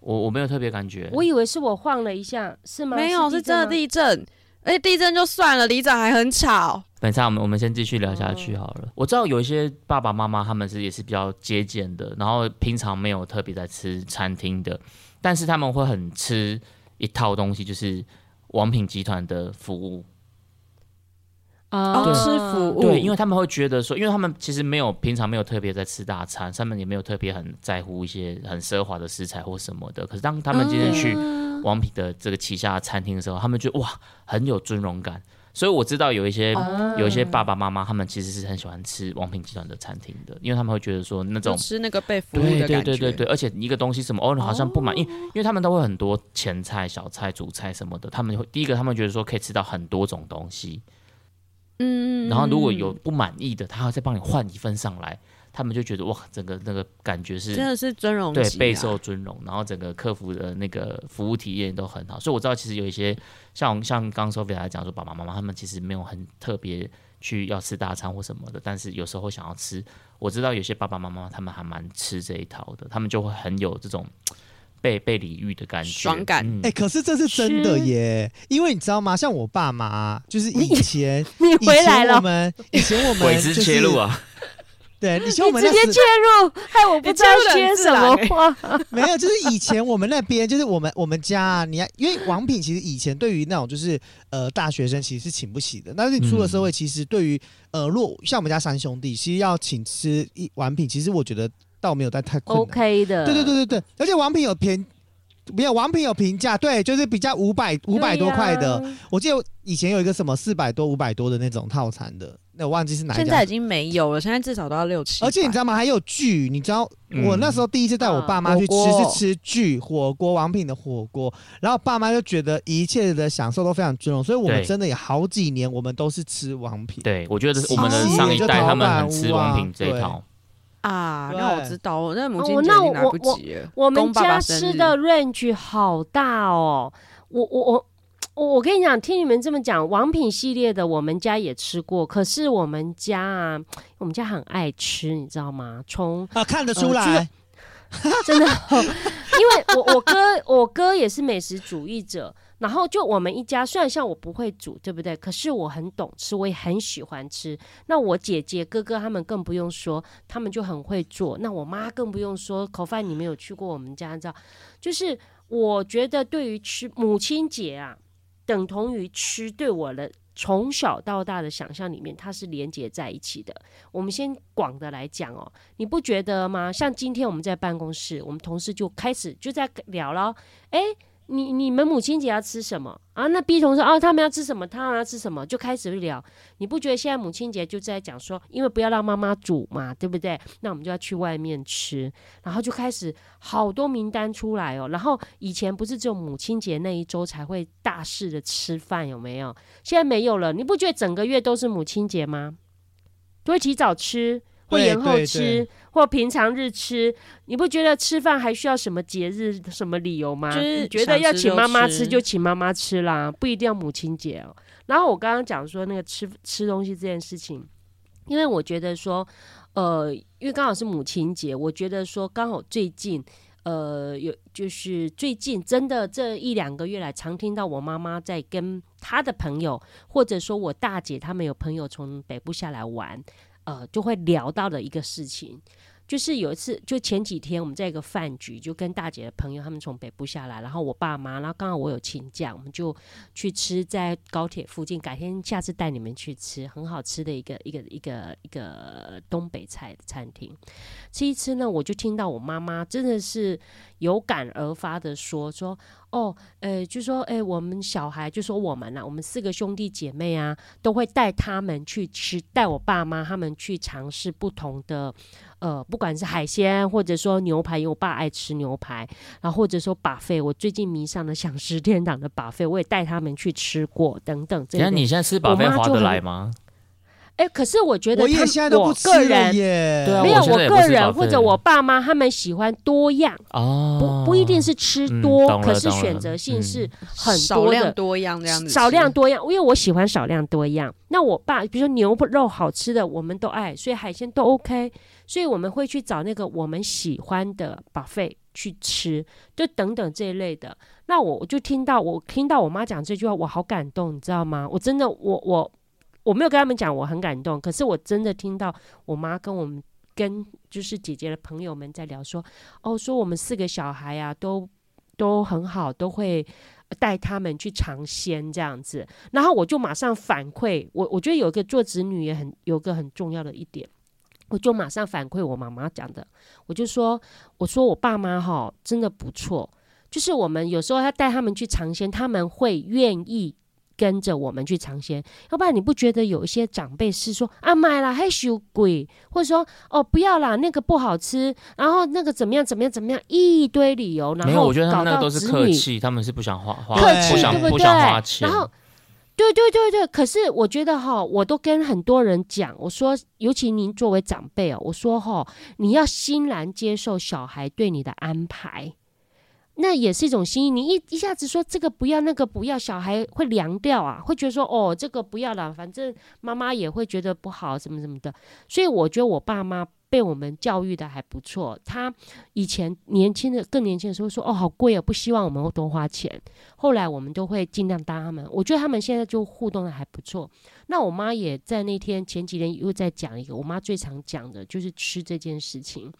Speaker 5: 我我没有特别感觉，
Speaker 3: 我以为是我晃了一下，是吗？
Speaker 4: 没有，
Speaker 3: 是
Speaker 4: 是
Speaker 3: 地震
Speaker 4: 真的
Speaker 3: 吗
Speaker 4: 地震。而且地震就算了，里长还很吵。
Speaker 5: 等一下，我们我们先继续聊下去好了。我知道有一些爸爸妈妈他们是也是比较节俭的，然后平常没有特别在吃餐厅的，但是他们会很吃一套东西，就是王品集团的服务。
Speaker 3: 啊
Speaker 4: 哦吃服务
Speaker 5: 对，因为他们会觉得说，因为他们其实没有平常没有特别在吃大餐，他们也没有特别很在乎一些很奢华的食材或什么的。可是当他们今天去
Speaker 4: 嗯
Speaker 3: 嗯
Speaker 5: 王品的这个旗下的餐厅的时候，他们觉得哇，很有尊荣感。所以我知道有一些、
Speaker 3: 哦
Speaker 5: 哦有
Speaker 4: 嗯
Speaker 5: 一些 爸爸妈妈，他们其实是很喜欢吃王品集团的餐厅的，因为他们会觉得说那
Speaker 4: 就
Speaker 5: 种。
Speaker 4: 吃那个被服务
Speaker 5: 对
Speaker 4: 的
Speaker 5: 对
Speaker 4: 感觉。
Speaker 5: 对对对，而且一个东西什么哦，好像不满意，因为因为他们都会很多前菜、小菜、主菜什么的，他们会第一个他们觉得说可以吃到很多种东西，
Speaker 4: 嗯
Speaker 5: 然后如果有不满意的，他还再帮你换一份上来。他们就觉得哇，整个那个感觉是
Speaker 4: 真的是尊荣、啊、
Speaker 5: 对备受尊荣，然后整个客服的那个服务体验都很好。所以我知道，其实有一些像像刚 Sophia 来讲说，爸爸妈妈他们其实没有很特别去要吃大餐或什么的，但是有时候想要吃，我知道有些爸爸妈妈他们还蛮吃这一套的，他们就会很有这种被被礼遇的感觉，
Speaker 4: 爽感
Speaker 5: 嗯
Speaker 2: 哎、可是这是真的耶，因为你知道吗？像我爸妈，就是以前，
Speaker 3: 你
Speaker 2: 以
Speaker 3: 回来
Speaker 2: 前我
Speaker 3: 了，
Speaker 2: 们，以前我
Speaker 5: 鬼
Speaker 2: 们
Speaker 5: 子
Speaker 2: 就是
Speaker 5: 切入，啊，
Speaker 2: 对，以前我
Speaker 3: 你
Speaker 2: 们
Speaker 3: 直接
Speaker 2: 那时
Speaker 3: 切入， 害哎我不知道接什么话。
Speaker 4: 欸
Speaker 2: 没有，就是以前我们那边，就是我们我们家、啊，你要因为王品其实以前对于那种就是呃大学生其实是请不起的，但是你出了社会，其实对于呃若像我们家三兄弟，其实要请吃一碗品，其实我觉得倒没有但太困难。
Speaker 3: OK 的，
Speaker 2: 对对对对对，而且王品有平，没有王品有评价，对，就是比较五百
Speaker 3: 对呀，
Speaker 2: 五百多块的，我记得以前有一个什么四百多、五百多的那种套餐的，那我忘记是哪一
Speaker 4: 现
Speaker 2: 家
Speaker 4: 在已。经没有了，现在至少都要六七百。
Speaker 2: 而且你知道吗？还有剧，你知道
Speaker 5: 嗯
Speaker 2: 我那时候第一次带我爸妈
Speaker 3: 嗯
Speaker 4: 啊
Speaker 2: 去吃
Speaker 4: 火锅
Speaker 2: 是吃剧火锅，王品的火锅，然后爸妈就觉得一切的享受都非常尊荣，所以我们
Speaker 5: 对
Speaker 2: 真的有好几年我们都是吃王品。
Speaker 5: 对，我觉得
Speaker 2: 西
Speaker 5: 我们的上一
Speaker 2: 就
Speaker 5: 代
Speaker 2: 陶
Speaker 5: 他们
Speaker 2: 板
Speaker 5: 很吃
Speaker 2: 屋啊
Speaker 5: 王品这一
Speaker 2: 对
Speaker 5: 套，
Speaker 4: 啊，
Speaker 2: 对
Speaker 4: 那我知道，我那母亲
Speaker 3: 哦
Speaker 4: 节
Speaker 3: 那
Speaker 4: 已经来
Speaker 3: 我
Speaker 4: 不及了。
Speaker 3: 我们
Speaker 4: 公爸
Speaker 3: 家
Speaker 4: 爸生
Speaker 3: 吃
Speaker 4: 日
Speaker 3: 的 range 好大哦，我我我。我我跟你讲，听你们这么讲，王品系列的我们家也吃过，可是我们家啊，我们家很爱吃，你知道吗？从
Speaker 2: 啊，看得出
Speaker 3: 呃这
Speaker 2: 来，
Speaker 3: 真的、哦，因为我我哥我哥也是美食主义者，然后就我们一家，虽然像我不会煮，对不对？可是我很懂吃，我也很喜欢吃。那我姐姐、哥哥他们更不用说，他们就很会做。那我妈更不用说，口饭你没有去过我们家，你知道？就是我觉得对于吃母亲节啊，等同于吃对我的。从小到大的想象里面，它是连接在一起的。我们先广的来讲哦，你不觉得吗？像今天我们在办公室，我们同事就开始就在聊了，哎，你你们母亲节要吃什么啊？那 B 同事哦，他们要吃什么，他们要吃什么，就开始聊。你不觉得现在母亲节就在讲说，因为不要让妈妈煮嘛，对不对？那我们就要去外面吃，然后就开始好多名单出来哦。然后以前不是只有母亲节那一周才会大肆的吃饭，有没有？现在没有了，你不觉得整个月都是母亲节吗？都会提早吃，或
Speaker 2: 对
Speaker 3: 延后
Speaker 2: 对
Speaker 3: 吃
Speaker 2: 对，
Speaker 3: 或平常日吃。你不觉得吃饭还需要什么节日、什么理由吗？
Speaker 4: 就是
Speaker 3: 你觉得要请妈妈
Speaker 4: 想吃
Speaker 3: 吃
Speaker 4: 就吃
Speaker 3: 就请妈妈吃啦，不一定要母亲节哦。然后我刚刚讲说那个吃吃东西这件事情，因为我觉得说，呃，因为刚好是母亲节，我觉得说刚好最近。呃，有就是最近真的这一两个月来，常听到我妈妈在跟她的朋友，或者说我大姐他们有朋友从北部下来玩，呃，就会聊到的一个事情，就是有一次，就前几天我们在一个饭局，就跟大姐的朋友他们从北部下来，然后我爸妈，然后刚好我有请假，我们就去吃在高铁附近，改天下次带你们去吃，很好吃的一个一个一个一个东北菜的餐厅。吃一吃呢，我就听到我妈妈真的是有感而发的说说，哦，呃，就说，哎、我们小孩，就说我们啊呐、我们四个兄弟姐妹啊，都会带他们去吃，带我爸妈他们去尝试不同的，呃，不管是海鲜或者说牛排，因为我爸爱吃牛排，然后或者说把费，我最近迷上了享食天堂的把费，我也带他们去吃过，等等这
Speaker 5: 等一下
Speaker 3: 些。
Speaker 5: 你现在吃饱
Speaker 3: 我
Speaker 5: 费
Speaker 3: 妈
Speaker 5: 划
Speaker 3: 就
Speaker 5: 得
Speaker 3: 很
Speaker 5: 来吗？
Speaker 3: 哎、可是我觉得
Speaker 2: 我也
Speaker 3: 他
Speaker 2: 现在都不
Speaker 3: 我
Speaker 2: 吃
Speaker 3: 个
Speaker 2: 了
Speaker 3: 人
Speaker 2: 耶。
Speaker 5: 对啊
Speaker 3: 没有，我
Speaker 5: 我现在也不
Speaker 3: 个
Speaker 5: 吃
Speaker 3: 人
Speaker 5: 把
Speaker 3: 或
Speaker 5: 费
Speaker 3: 者我爸妈他们喜欢多样，
Speaker 5: 哦，
Speaker 3: 不不一定是吃多，
Speaker 5: 嗯懂了
Speaker 3: 可是
Speaker 5: 懂了
Speaker 3: 选择性
Speaker 5: 嗯
Speaker 3: 是很
Speaker 4: 少
Speaker 3: 多的。
Speaker 4: 量多样这样子吃，
Speaker 3: 少量多样，因为我喜欢少量多样。那我爸，比如说牛肉好吃的，我们都爱，所以海鲜都 OK，所以我们会去找那个我们喜欢的 buffet 去吃，就等等这一类的。那我我就听到我听到我妈讲这句话，我好感动，你知道吗？我真的，我我我没有跟他们讲，我很感动，可是我真的听到我妈跟我们。跟就是姐姐的朋友们在聊说，哦，说我们四个小孩啊，都都很好，都会带他们去尝鲜这样子，然后我就马上反馈我，我觉得有一个做子女也很有个很重要的一点，我就马上反馈我妈妈讲的，我就说我说我爸妈哈真的不错，就是我们有时候要带他们去尝鲜，他们会愿意。跟着我们去尝鲜，要不然你不觉得有一些长辈是说啊买啦害羞鬼，或者说哦不要啦那个不好吃，然后那个怎么样怎么样怎么样一堆理由，然
Speaker 5: 没有，
Speaker 3: 后
Speaker 5: 我觉得他
Speaker 3: 搞
Speaker 5: 们那个
Speaker 3: 到
Speaker 5: 都是
Speaker 3: 子
Speaker 5: 客
Speaker 3: 女
Speaker 5: 气，他们是不想花花，
Speaker 3: 客
Speaker 2: 对
Speaker 5: 不
Speaker 3: 气，
Speaker 5: 想
Speaker 3: 对不
Speaker 5: 不
Speaker 3: 对？
Speaker 5: 想花钱。
Speaker 3: 然后对对对对，可是我觉得哈，我都跟很多人讲，我说，尤其您作为长辈哦，我说哈，你要欣然接受小孩对你的安排，那也是一种心意。你一一下子说这个不要那个不要，小孩会凉掉啊，会觉得说哦这个不要了，反正妈妈也会觉得不好什么什么的。所以我觉得我爸妈被我们教育的还不错。他以前年轻的更年轻的时候说哦好贵啊，不希望我们多花钱。后来我们都会尽量搭他们，我觉得他们现在就互动的还不错。那我妈也在那天前几天又在讲一个，我妈最常讲的就是吃这件事情，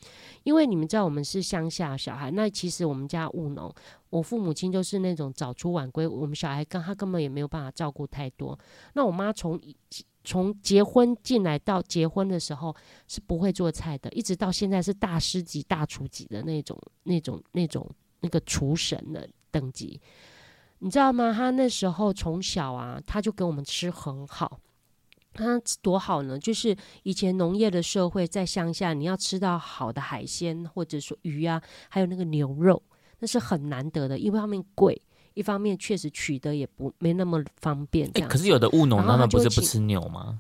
Speaker 3: 因为你们知道我们是乡下小孩，那其实我们家务农，我父母亲就是那种早出晚归，我们小孩跟他根本也没有办法照顾太多。那我妈从以从结婚进来到结婚的时候是不会做菜的，一直到现在是大师级、大厨级的那种、那种、那种那个厨神的等级。你知道吗？他那时候从小啊，他就给我们吃很好。他多好呢？就是以前农业的社会，在乡下，你要吃到好的海鲜，或者说鱼啊，还有那个牛肉，那是很难得的。一方面贵，一方面确实取得也不没那么方便。这
Speaker 5: 哎、
Speaker 3: 样
Speaker 5: 可
Speaker 3: 子，
Speaker 5: 是有的务农
Speaker 3: 然后
Speaker 5: 他
Speaker 3: 他
Speaker 5: 们不
Speaker 3: 就是会
Speaker 5: 不
Speaker 3: 请
Speaker 5: 吃牛吗？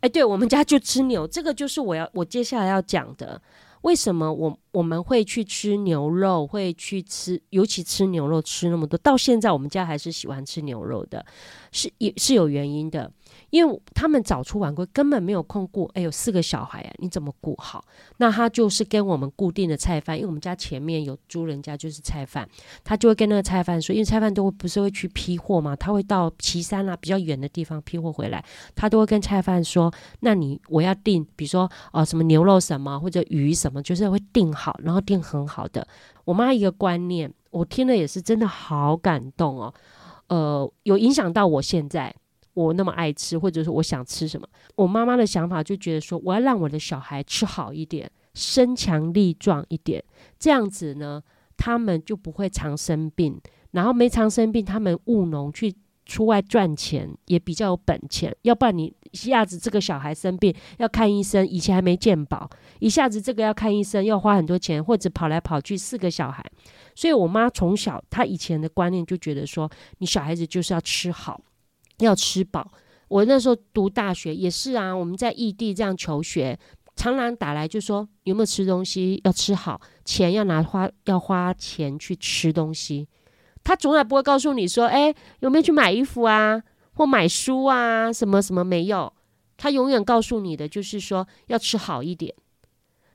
Speaker 3: 哎、对我们家就吃牛，这个就是我要我接下来要讲的。为什么我我们会去吃牛肉，会去吃，尤其吃牛肉吃那么多？到现在我们家还是喜欢吃牛肉的，是也是有原因的，因为他们早出晚归，根本没有空顾。哎，有四个小孩啊，你怎么顾好？那他就是跟我们固定的菜贩，因为我们家前面有租人家就是菜贩，他就会跟那个菜贩说，因为菜贩都会不是会去批货嘛，他会到岐山啊啦、比较远的地方批货回来，他都会跟菜贩说，那你我要订，比如说哦、呃什么牛肉什么或者鱼什么，就是会订好，然后订很好的。我妈一个观念，我听了也是真的好感动哦，呃，有影响到我现在我那么爱吃，或者是我想吃什么。我妈妈的想法就觉得说，我要让我的小孩吃好一点，身强力壮一点，这样子呢，他们就不会常生病，然后没常生病，他们务农去出外赚钱也比较有本钱，要不然你一下子这个小孩生病要看医生，以前还没健保，一下子这个要看医生要花很多钱，或者跑来跑去四个小孩，所以我妈从小她以前的观念就觉得说，你小孩子就是要吃好，要吃饱。我那时候读大学也是啊，我们在异地这样求学，常常打来就说有没有吃东西，要吃好，钱要拿花要花钱去吃东西。他从来不会告诉你说，哎、有没有去买衣服啊，或买书啊，什么什么没有。他永远告诉你的就是说要吃好一点。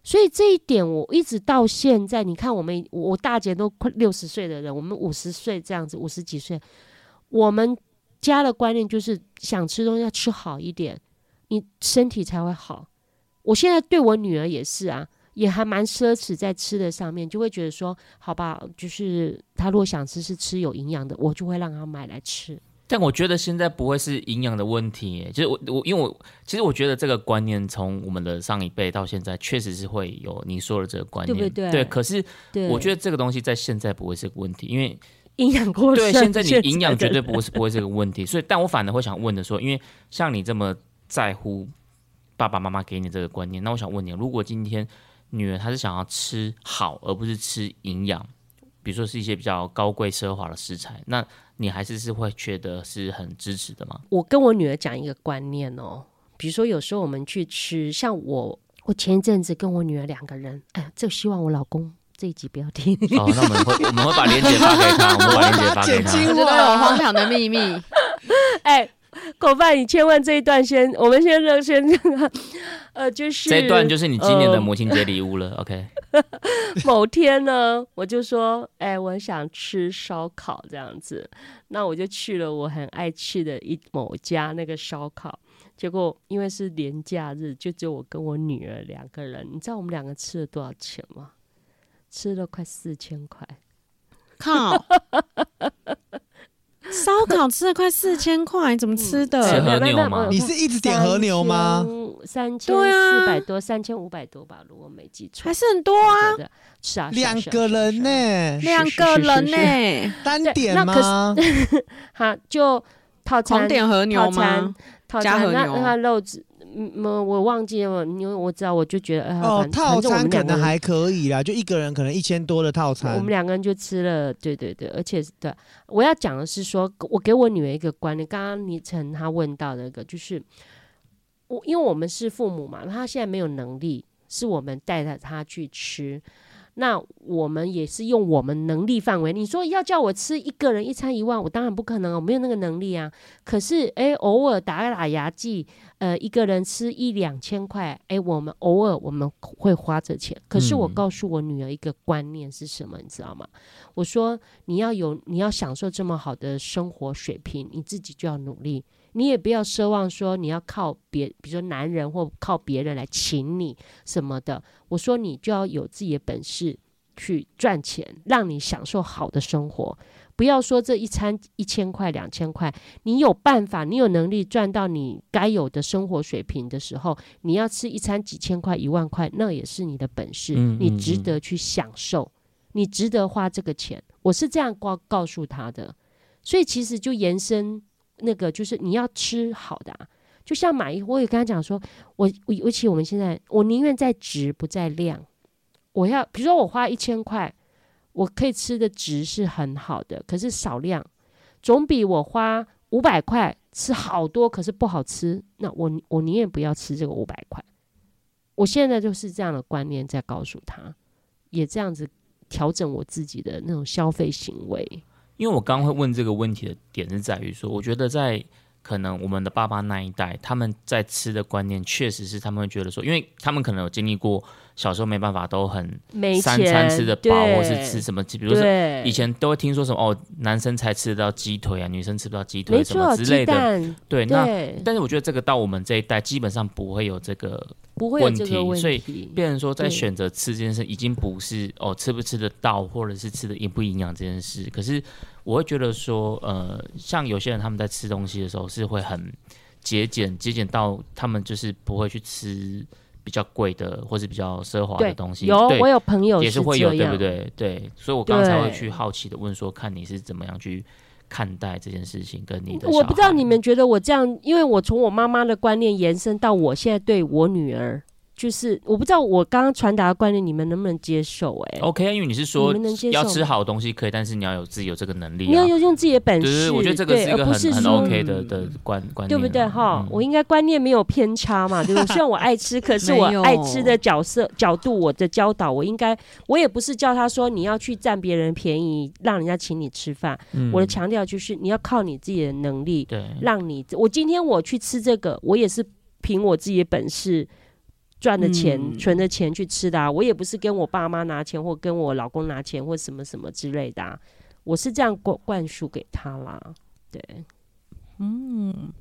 Speaker 3: 所以这一点我一直到现在，你看我们我我大姐都快六十岁的人，我们五十岁这样子，五十几岁，我们家的观念就是想吃东西要吃好一点，你身体才会好。我现在对我女儿也是啊，也还蛮奢侈在吃的上面，就会觉得说，好吧，就是她如果想吃是吃有营养的，我就会让她买来吃。
Speaker 5: 但我觉得现在不会是营养的问题耶，就是我我因为我其实我觉得这个观念从我们的上一辈到现在，确实是会有你说的这个观念，
Speaker 3: 对不对
Speaker 5: 可是
Speaker 3: 对，
Speaker 5: 我觉得这个东西在现在不会是个问题，因为
Speaker 3: 营养过剩，
Speaker 5: 对现在你营养绝
Speaker 3: 真的
Speaker 5: 对不会是不会是个问题。所以，但我反而会想问的说，因为像你这么在乎爸爸妈妈给你这个观念，那我想问你，如果今天女儿她是想要吃好，而不是吃营养，比如说是一些比较高贵奢华的食材，那你还是是会觉得是很支持的吗？
Speaker 3: 我跟我女儿讲一个观念哦，比如说有时候我们去吃，像我，我前一阵子跟我女儿两个人，哎，这希望我老公这一集不要听。
Speaker 5: 哦，那我们会我们会把链接发给他，我们把链 接发给
Speaker 2: 我把它剪辑
Speaker 5: 他。
Speaker 4: 我觉得有荒唐的秘 密，
Speaker 3: 哎，狗爸，你千万这一段先，我们先让先 让他，呃，就是
Speaker 5: 这一段就是你今年的
Speaker 3: 呃
Speaker 5: 母亲节礼物了、o k
Speaker 3: 某天呢，我就说，哎，我想吃烧烤这样子，那我就去了我很爱去的一某家那个烧烤。结果因为是连假日，就只有我跟我女儿两个人，你知道我们两个吃了多少钱吗？吃了快四千块，
Speaker 4: 靠！烧烤吃了快四千块，你怎么吃
Speaker 5: 是
Speaker 4: 的？
Speaker 5: 嗯和牛吗
Speaker 2: 你是一直点和牛吗？？
Speaker 3: 三千
Speaker 4: 对啊
Speaker 3: 四百多，三千五百多吧，如果没记错
Speaker 4: 还。是很多啊，
Speaker 3: 对的，是啊，是啊
Speaker 2: 两个人呢、。
Speaker 3: 是啊
Speaker 4: 两个人呢、
Speaker 2: 单
Speaker 3: 对
Speaker 2: 点
Speaker 3: 那可是
Speaker 2: 吗？
Speaker 3: 哈，就套餐
Speaker 4: 狂点和牛
Speaker 3: 套餐
Speaker 4: 吗？
Speaker 3: 套
Speaker 4: 加
Speaker 3: 餐
Speaker 4: 和
Speaker 3: 那
Speaker 4: 牛
Speaker 3: 那它肉质嗯，嗯我忘记了，因为我知道，我就觉得，哎、
Speaker 2: 哦，
Speaker 3: 反
Speaker 2: 套
Speaker 3: 反正我
Speaker 2: 餐
Speaker 3: 们
Speaker 2: 可
Speaker 3: 两个
Speaker 2: 能
Speaker 3: 人
Speaker 2: 还可以啦，就一个人可能一千多的套餐。
Speaker 3: 我们。两个人就吃了，对对对，而且是对，啊我要讲的是说，我给我女儿一个观念，刚刚倪晨她问到那个，就是我因为我们是父母嘛，她现在没有能力，是我们带着她去吃。那我们也是用我们能力范围。你说要叫我吃一个人一餐一万，我当然不可能，我没有那个能力啊。可是，诶，偶尔打打牙祭，呃，一个人吃一两千块，诶，我们偶尔我们会花这钱。可是我
Speaker 5: 嗯
Speaker 3: 告诉我女儿一个观念是什么，你知道吗？我说你要有，你要享受这么好的生活水平，你自己就要努力。你也不要奢望说你要靠别，比如说男人或靠别人来请你什么的。我说你就要有自己的本事去赚钱，让你享受好的生活。不要说这一餐一千块、两千块，你有办法，你有能力赚到你该有的生活水平的时候，你要吃一餐几千块、一万块，那也是你的本事，
Speaker 5: 嗯
Speaker 3: 你
Speaker 5: 嗯
Speaker 3: 值
Speaker 5: 嗯
Speaker 3: 得去享受，你值得花这个钱。我是这样告告诉他的，所以其实就延伸那个，就是你要吃好的、啊，就像买一，我也跟他讲说，我我尤其我们现在，我宁愿在值不在量。我要比如说我花一千块，我可以吃的值是很好的，可是少量，总比我花五百块吃好多可是不好吃，那我我宁愿不要吃这个五百块。我现在就是这样的观念在告诉他，也这样子调整我自己的那种消费行为。
Speaker 5: 因为我刚刚会问这个问题的点是在于说，我觉得在可能我们的爸爸那一代，他们在吃的观念确实是他们会觉得说，因为他们可能有经历过小时候没办法都很
Speaker 3: 没
Speaker 5: 三
Speaker 3: 钱
Speaker 5: 餐吃的饱，
Speaker 3: 对
Speaker 5: 或是吃什么，比如说
Speaker 3: 对，
Speaker 5: 以前都会听说什么哦，男生才吃得到鸡腿啊，女生吃不到鸡
Speaker 3: 没
Speaker 5: 腿什么
Speaker 3: 错，
Speaker 5: 之
Speaker 3: 鸡
Speaker 5: 类的。
Speaker 3: 蛋
Speaker 5: 对，那
Speaker 3: 对，
Speaker 5: 但是我觉得这个到我们这一代基本上不会有这个
Speaker 3: 不会有
Speaker 5: 问
Speaker 3: 这
Speaker 5: 题
Speaker 3: 个问
Speaker 5: 所以
Speaker 3: 题。
Speaker 5: 变成说，在
Speaker 3: 对
Speaker 5: 选择吃这件事，已经不是哦吃不吃得到，或者是吃的营不营养这件事。可是我会觉得说，呃，像有些人他们在吃东西的时候是会很节俭，节俭到他们就是不会去吃比较贵的或是比较奢华的
Speaker 3: 对
Speaker 5: 东，西。
Speaker 3: 有
Speaker 5: 对
Speaker 3: 我有朋友
Speaker 5: 也
Speaker 3: 是
Speaker 5: 是会有，
Speaker 3: 这
Speaker 5: 对
Speaker 3: 样
Speaker 5: 不？对？对，所以我刚才会
Speaker 3: 对
Speaker 5: 去好奇的问说，看你是怎么样去看待这件事情，跟你的
Speaker 3: 我不知
Speaker 5: 小
Speaker 3: 道
Speaker 5: 孩
Speaker 3: 你们觉得我这样，因为我从我妈妈的观念延伸到我现在对我女儿，就是我不知道我刚刚传达的观念你们能不能接受、欸？哎、
Speaker 5: OK，啊因为你是
Speaker 3: 你
Speaker 5: 说
Speaker 3: 们能接受
Speaker 5: 要
Speaker 3: 吗
Speaker 5: 吃好东西可以，但是你要有自己有这个能力、啊，
Speaker 3: 你要用自己的本
Speaker 5: 对
Speaker 3: 事，
Speaker 5: 对，我觉得这个
Speaker 3: 对
Speaker 5: 是一个
Speaker 3: 而不
Speaker 5: 很
Speaker 3: 是
Speaker 5: 很
Speaker 3: 说
Speaker 5: OK 的的观观念啊，
Speaker 3: 对不对哈？
Speaker 5: 嗯
Speaker 3: 我应该观念没有偏差嘛，对不对？虽然我爱吃，可是我
Speaker 4: 没有
Speaker 3: 爱吃的角色角度，我的教导，我应该我也不是叫他说你要去占别人便宜，让人家请你吃饭。
Speaker 5: 嗯
Speaker 3: 我的强调就是你要靠你自己的能力，
Speaker 5: 对
Speaker 3: 让你我今天我去吃这个，我也是凭我自己的本事赚的钱、
Speaker 4: 嗯
Speaker 3: 存的钱去吃的、啊，我也不是跟我爸妈拿钱或跟我老公拿钱或什么什么之类的、啊，我是这样灌灌输给他啦。对，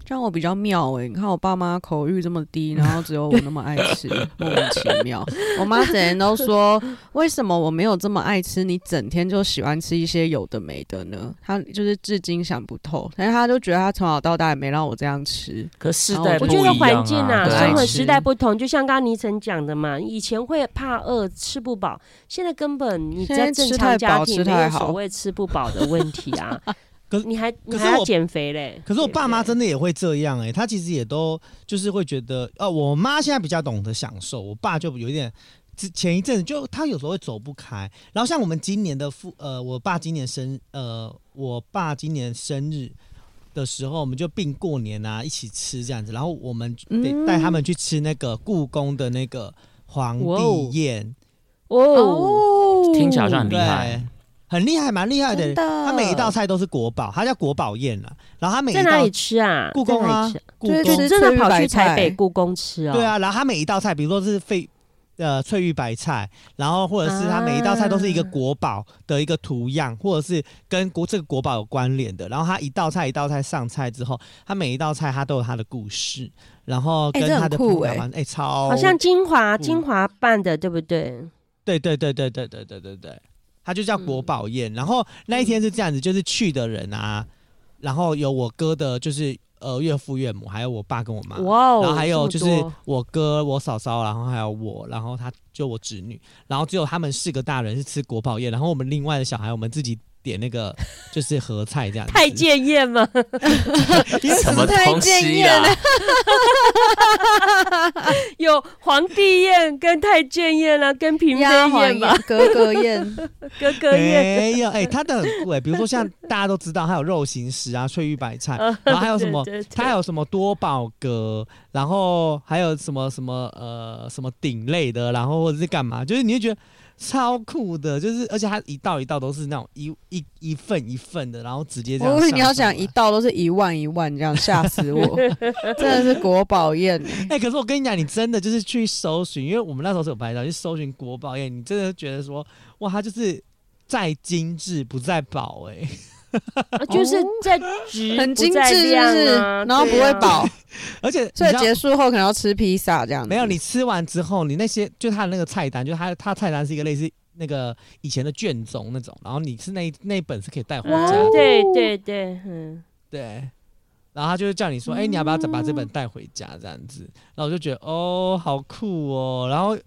Speaker 4: 这样我比较妙哎、你看我爸妈口欲这么低，然后只有我那么爱吃，莫名其妙。我妈整天都说，为什么我没有这么爱吃，你整天就喜欢吃一些有的没的呢？她就是至今想不透，但是她就觉得她从小到大也没让我这样吃。
Speaker 5: 可是世
Speaker 4: 然后
Speaker 5: 代
Speaker 4: 我
Speaker 3: 我
Speaker 5: 不
Speaker 3: 觉
Speaker 5: 一
Speaker 3: 得
Speaker 5: 样
Speaker 3: 环境
Speaker 5: 啊，
Speaker 3: 啊，
Speaker 5: 对
Speaker 4: 对
Speaker 3: 生活
Speaker 4: 爱
Speaker 3: 时代不同，就像刚刚倪晨讲的嘛，以前会怕饿吃不饱，现在根本你
Speaker 4: 现
Speaker 3: 在
Speaker 4: 在
Speaker 3: 正
Speaker 4: 吃
Speaker 3: 常
Speaker 4: 太
Speaker 3: 家
Speaker 4: 饱
Speaker 3: 庭
Speaker 4: 吃
Speaker 3: 没
Speaker 4: 太
Speaker 3: 有所
Speaker 4: 好
Speaker 3: 谓吃不饱的问题啊
Speaker 2: 可是
Speaker 3: 你还
Speaker 2: 可
Speaker 3: 你
Speaker 2: 是
Speaker 3: 还要
Speaker 2: 我
Speaker 3: 减肥嘞。
Speaker 2: 可是我
Speaker 3: 对不
Speaker 2: 爸妈
Speaker 3: 对
Speaker 2: 真的也会这样哎、欸，他其实也都就是会觉得，哦，我妈现在比较懂得享受，我爸就有一点，之前一阵子就他有时候会走不开。然后像我们今年的父，呃，我爸今年生，呃，我爸今年生日的时候，我们就并过年啊一起吃这样子，然后我们得
Speaker 4: 嗯
Speaker 2: 带他们去吃那个故宫的那个皇
Speaker 3: 哇哦
Speaker 2: 帝宴，
Speaker 3: 哦，
Speaker 5: 听起来好像很厉害
Speaker 2: 对，很厉害，蛮厉害的。
Speaker 4: 真的
Speaker 2: 他每一道菜都是国宝，他叫国宝宴了。然后他每一
Speaker 3: 在哪
Speaker 2: 道
Speaker 3: 里吃啊？
Speaker 2: 故宫
Speaker 3: 在哪
Speaker 2: 啊
Speaker 3: 里吃，
Speaker 2: 故
Speaker 4: 对
Speaker 2: 宫
Speaker 4: 吃
Speaker 3: 真的
Speaker 4: 翠玉
Speaker 3: 跑去
Speaker 4: 白
Speaker 3: 台北
Speaker 4: 菜
Speaker 3: 故宫吃哦。
Speaker 2: 对，啊，然后他每一道菜，比如说是废呃翠玉白菜，然后或者是他每一道菜都是一个
Speaker 3: 啊
Speaker 2: 国宝的一个图样，或者是跟国这个国宝有关联的。然后他一道菜一道菜上菜之后，他每一道菜他都有他的故事，然后
Speaker 4: 哎
Speaker 2: 跟
Speaker 4: 这很
Speaker 2: 他的
Speaker 4: 酷
Speaker 2: 烹调
Speaker 4: 哎
Speaker 2: 方式哎、超
Speaker 3: 好像金华
Speaker 2: 嗯
Speaker 3: 金华办的，对不对？
Speaker 2: 对对对对对对对对对，它就叫国宝宴。然后那一天是这样子，就是去的人啊，然后有我哥的，就是呃岳父岳母，还有我爸跟我妈。
Speaker 3: 哇哦，
Speaker 2: 然后还有
Speaker 3: 这
Speaker 2: 就
Speaker 3: 么
Speaker 2: 是
Speaker 3: 多
Speaker 2: 我哥、我嫂嫂，然后还有我，然后他就我侄女，然后只有他们四个大人是吃国宝宴，然后我们另外的小孩，我们自己点那 个就是合菜这样子。
Speaker 3: 太检 验吗？
Speaker 2: 因为
Speaker 5: 什么东西啊？
Speaker 3: 有皇帝宴跟太监宴啊，跟嫔妃
Speaker 6: 丫
Speaker 3: 宴
Speaker 6: 鬟
Speaker 3: 吧，
Speaker 6: 宴、格格宴，
Speaker 3: 哥哥宴。
Speaker 2: 没有，哎、它的很贵，比如说像大家都知道，它有肉形石啊、翠玉白菜，
Speaker 3: 嗯
Speaker 2: 然后还有什么
Speaker 3: 对对对，
Speaker 2: 它还有什么多宝格，然后还有什么什么呃什么鼎类的，然后或者是干嘛，就是你会觉得超酷的，就是而且它一道一道都是那种一一一份一份的，然后直接这样
Speaker 6: 我以
Speaker 2: 上
Speaker 6: 为
Speaker 2: 上来。
Speaker 6: 你要想一道都是一万一万这样，吓死我！真的是国宝宴欸，
Speaker 2: 哎、可是我跟你讲，你真的就是去搜寻，因为我们那时候是有拍照，去搜寻国宝哎宴，你真的觉得说，哇，它就是在精致不在宝、哎。
Speaker 3: 啊就是在值，
Speaker 6: 哦很
Speaker 3: 不
Speaker 6: 精
Speaker 3: 在
Speaker 6: 致，是
Speaker 3: 量
Speaker 6: 不是？
Speaker 3: 啊
Speaker 6: 然后不
Speaker 3: 对
Speaker 6: 会
Speaker 3: 啊
Speaker 6: 饱，
Speaker 2: 而且
Speaker 6: 所
Speaker 2: 你
Speaker 6: 以
Speaker 2: 知道
Speaker 6: 结束后可能要吃披萨这样子。
Speaker 2: 没有，你吃完之后，你那些就他的那个菜单，就他他菜单是一个类似那个以前的卷宗那种，然后你是那一那一本是可以带回
Speaker 3: 哇
Speaker 6: 哦
Speaker 2: 家，
Speaker 3: 嗯对对对，嗯，
Speaker 2: 对，然后他就会叫你说，哎、你要不要再把这本带回家这样子？然后我就觉得哦，好酷哦，然后。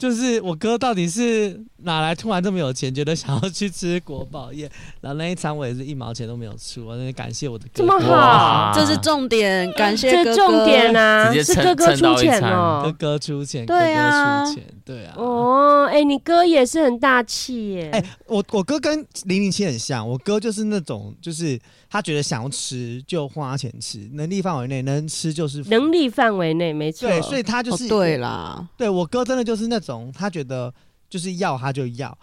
Speaker 2: 就是我哥到底是哪来突然这么有钱，觉得想要去吃国宝宴，然后那一餐我也是一毛钱都没有出，我真的感谢我的哥
Speaker 3: 这么
Speaker 2: 哥
Speaker 3: 好，
Speaker 6: 这是重点，感谢
Speaker 3: 这
Speaker 6: 哥哥。
Speaker 3: 重点啊，
Speaker 5: 直接
Speaker 3: 是
Speaker 5: 蹭
Speaker 3: 哥哥
Speaker 5: 蹭到
Speaker 3: 出
Speaker 5: 一
Speaker 3: 钱
Speaker 5: 餐
Speaker 2: 哥
Speaker 3: 哦。
Speaker 2: 哥出钱，哥
Speaker 6: 对啊
Speaker 2: 哥出钱，对啊，
Speaker 3: 哦，哎，你哥也是很大气耶，
Speaker 2: 哎我我哥跟零零七很像，我哥就是那种，就是他觉得想要吃就花钱吃，能力范围内能吃就是福
Speaker 3: 能力范围内没错。
Speaker 2: 对，所以他就
Speaker 6: 哦
Speaker 2: 是、，
Speaker 6: 对啦，
Speaker 2: 对我哥真的就是那种，他觉得就是要他就要。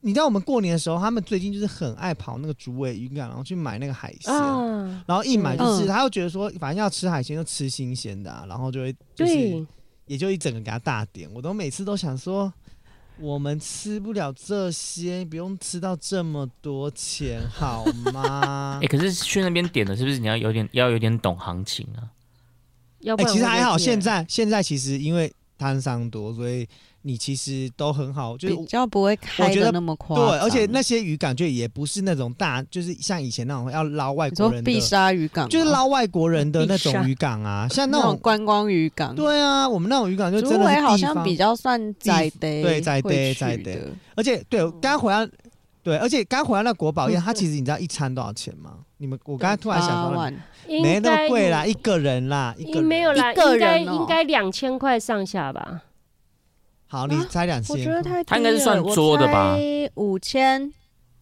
Speaker 2: 你知道我们过年的时候，他们最近就是很爱跑那个竹尾渔港，然后去买那个海鲜，
Speaker 3: 啊，
Speaker 2: 然后一买就是、
Speaker 6: 嗯
Speaker 2: 他又觉得说，反正要吃海鲜就吃新鲜的、啊，然后就会就是
Speaker 3: 对，
Speaker 2: 也就一整个给他大点，我都每次都想说，我们吃不了这些，不用吃到这么多钱好吗
Speaker 5: 哎、？可是去那边点的，是不是你要有点要有点懂行情啊？
Speaker 3: 要不
Speaker 2: 哎、
Speaker 3: 然
Speaker 2: 其实
Speaker 3: 我
Speaker 2: 还
Speaker 3: 就
Speaker 2: 好，
Speaker 3: 觉
Speaker 2: 现
Speaker 3: 得
Speaker 2: 在现在其实因为摊商多，所以你其实都很好，就是
Speaker 6: 比
Speaker 2: 我。
Speaker 6: 较不会开的那么夸
Speaker 2: 对，
Speaker 6: 张。
Speaker 2: 而且那些鱼感觉也不是那种大，就是像以前那种要捞外
Speaker 6: 你
Speaker 2: 国
Speaker 6: 说
Speaker 2: 人的
Speaker 6: 必，杀渔港吗，
Speaker 2: 就是捞外国人的那
Speaker 3: 必
Speaker 2: 种
Speaker 3: 杀
Speaker 2: 渔港啊，像那
Speaker 6: 那种
Speaker 2: 种
Speaker 6: 观光渔港。，
Speaker 2: 对啊，我们那种渔港就
Speaker 6: 竹
Speaker 2: 真的
Speaker 6: 围
Speaker 2: 是
Speaker 6: 好
Speaker 2: 地
Speaker 6: 像
Speaker 2: 方
Speaker 6: 比较算在地，
Speaker 2: 对在地
Speaker 6: 会去
Speaker 2: 在地
Speaker 6: 的。
Speaker 2: 而且
Speaker 6: 哦
Speaker 2: 对，刚回来，对，而且刚回来那 国宝宴，它其实你知道一餐多少钱吗？你们我刚才突然想
Speaker 6: 八
Speaker 2: 到了，
Speaker 6: 万，
Speaker 3: 应
Speaker 2: 没那
Speaker 3: 该
Speaker 2: 么贵啦，一个人啦，一个
Speaker 3: 应
Speaker 2: 人
Speaker 3: 没有啦，
Speaker 6: 一个
Speaker 3: 应该
Speaker 6: 人哦
Speaker 3: 应该两千块上下吧。
Speaker 2: 好，你猜两千，
Speaker 6: 我觉得太低了
Speaker 5: 他应该是算桌的吧？
Speaker 6: 五千，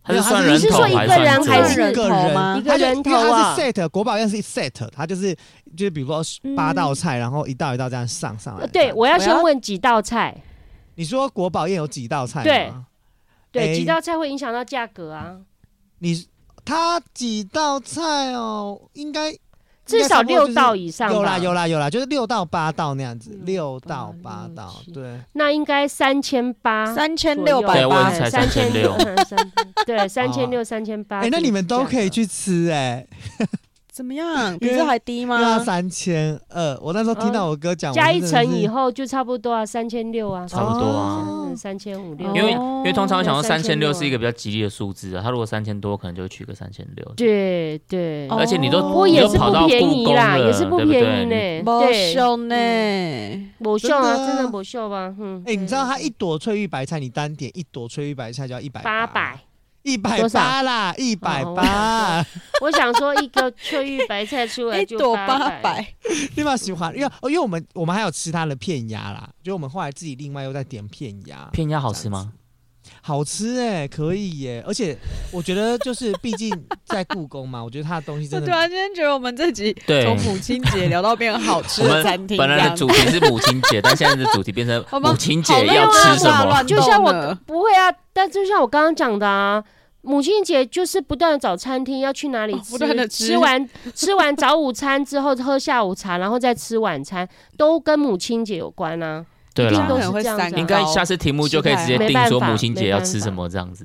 Speaker 5: 他是算
Speaker 2: 没有他
Speaker 5: 人
Speaker 2: 是
Speaker 5: 头还
Speaker 3: 你是说一个人
Speaker 5: 算桌
Speaker 3: 还
Speaker 2: 一
Speaker 3: 是
Speaker 2: 个
Speaker 6: 人头
Speaker 2: 人，
Speaker 6: 吗
Speaker 3: 一个人头
Speaker 2: 因为它
Speaker 3: 啊
Speaker 2: 是 set 国宝宴是一 set，它就是就是比如说八道菜，然后一道一道这样上上来。
Speaker 3: 嗯对，我要
Speaker 6: 我
Speaker 3: 先
Speaker 6: 要
Speaker 3: 问几道菜，
Speaker 2: 你说国宝宴有几道菜？
Speaker 3: 对，对，
Speaker 2: 哎
Speaker 3: 几道菜会影响到价格啊？
Speaker 2: 你它几道菜哦，应该
Speaker 3: 至少六道
Speaker 2: 以
Speaker 3: 以上
Speaker 2: 有
Speaker 3: 吧
Speaker 2: 啦。有啦有啦，就是六到八道那样子，
Speaker 3: 六
Speaker 2: 六
Speaker 3: 八
Speaker 2: 到八
Speaker 3: 六
Speaker 2: 道
Speaker 3: 七，
Speaker 2: 对。
Speaker 3: 那应该三千八。
Speaker 6: 三千六
Speaker 5: 对
Speaker 6: 百
Speaker 5: 我
Speaker 4: 哎
Speaker 6: 八
Speaker 5: 也，才
Speaker 3: 三千
Speaker 5: 3600
Speaker 3: 对，三千六、三千八。
Speaker 2: 哎、那你们都可以去吃哎、
Speaker 6: 怎么样？比
Speaker 2: 因为
Speaker 6: 这还低
Speaker 2: 因为要
Speaker 6: 吗？
Speaker 2: 三千二。我那时候听到我哥讲，
Speaker 3: 嗯加一乘以
Speaker 2: 后，
Speaker 3: 后就差不多啊，三千六啊，
Speaker 5: 差不多啊
Speaker 3: 三千五六
Speaker 6: 哦。
Speaker 5: 因为因为通常想到三千
Speaker 3: 3600
Speaker 5: 六是一个比较吉利的数字啊，他如果三千多，可能就会取个三千六。
Speaker 3: 对对，
Speaker 6: 哦
Speaker 5: 而且你都
Speaker 6: 不
Speaker 3: 不过
Speaker 5: 你
Speaker 3: 也
Speaker 5: 都
Speaker 3: 是
Speaker 5: 跑
Speaker 3: 不
Speaker 5: 到
Speaker 3: 便
Speaker 5: 故
Speaker 3: 宜
Speaker 5: 宫
Speaker 3: 啦，
Speaker 5: 了，
Speaker 3: 也是不
Speaker 5: 对不
Speaker 3: 便宜
Speaker 5: 对
Speaker 3: 呢。
Speaker 6: 不
Speaker 3: 对，
Speaker 6: 秀呢？
Speaker 3: 某秀
Speaker 2: 真
Speaker 3: 啊，
Speaker 2: 的啊
Speaker 3: 真的某秀吧，嗯。
Speaker 2: 哎、你知道他一朵翠玉白菜，你单点一朵翠玉白菜就要一百
Speaker 3: 八百，，
Speaker 2: 一百
Speaker 3: 多
Speaker 2: 八
Speaker 3: 少
Speaker 2: 啦，一百
Speaker 3: 哦
Speaker 2: 八。
Speaker 3: 我想说一个翠玉白菜出来
Speaker 6: 一
Speaker 3: 就
Speaker 4: 哎
Speaker 6: 朵八
Speaker 3: 八，
Speaker 6: 百，
Speaker 2: 你蛮喜欢，因为哦因为我们我们还有吃他的片鸭啦，就我们后来自己另外又在点片鸭，
Speaker 5: 片鸭好吃吗？
Speaker 2: 好吃哎、可以耶、而且我觉得就是毕竟在故宫嘛，我觉得他的东西
Speaker 6: 我
Speaker 2: 真
Speaker 6: 突
Speaker 2: 的。
Speaker 4: 啊
Speaker 6: 然间觉得我们这集
Speaker 5: 对，
Speaker 6: 从母亲节聊到变好吃
Speaker 5: 我
Speaker 6: 的
Speaker 5: 们
Speaker 6: 餐厅这
Speaker 5: 本来
Speaker 6: 样
Speaker 5: 的
Speaker 6: 子，
Speaker 5: 主题是母亲节，但现在的主题变 成
Speaker 6: 好吧
Speaker 5: 母亲
Speaker 6: 好
Speaker 5: 节
Speaker 6: 累
Speaker 5: 要
Speaker 6: 哦
Speaker 4: 啊
Speaker 5: 吃什
Speaker 6: 哇
Speaker 5: 么
Speaker 6: 乱？
Speaker 3: 就像
Speaker 6: 动
Speaker 3: 我
Speaker 6: 了
Speaker 3: 不会啊，但就像我刚刚讲的啊，母亲节就是不断的找餐厅要去哪里
Speaker 6: 哦
Speaker 3: 吃，
Speaker 6: 不断地吃
Speaker 3: 吃完 吃完早午餐之后喝下午茶，然后再吃晚餐，都跟母亲节有关啊。
Speaker 5: 对
Speaker 3: 一定
Speaker 5: 啦
Speaker 3: 都
Speaker 6: 可
Speaker 3: 是
Speaker 6: 能会
Speaker 3: 这样子啊
Speaker 6: 三高
Speaker 5: 应该
Speaker 4: 哦
Speaker 5: 下次题目就可以直接定说母亲节要吃什么这样子。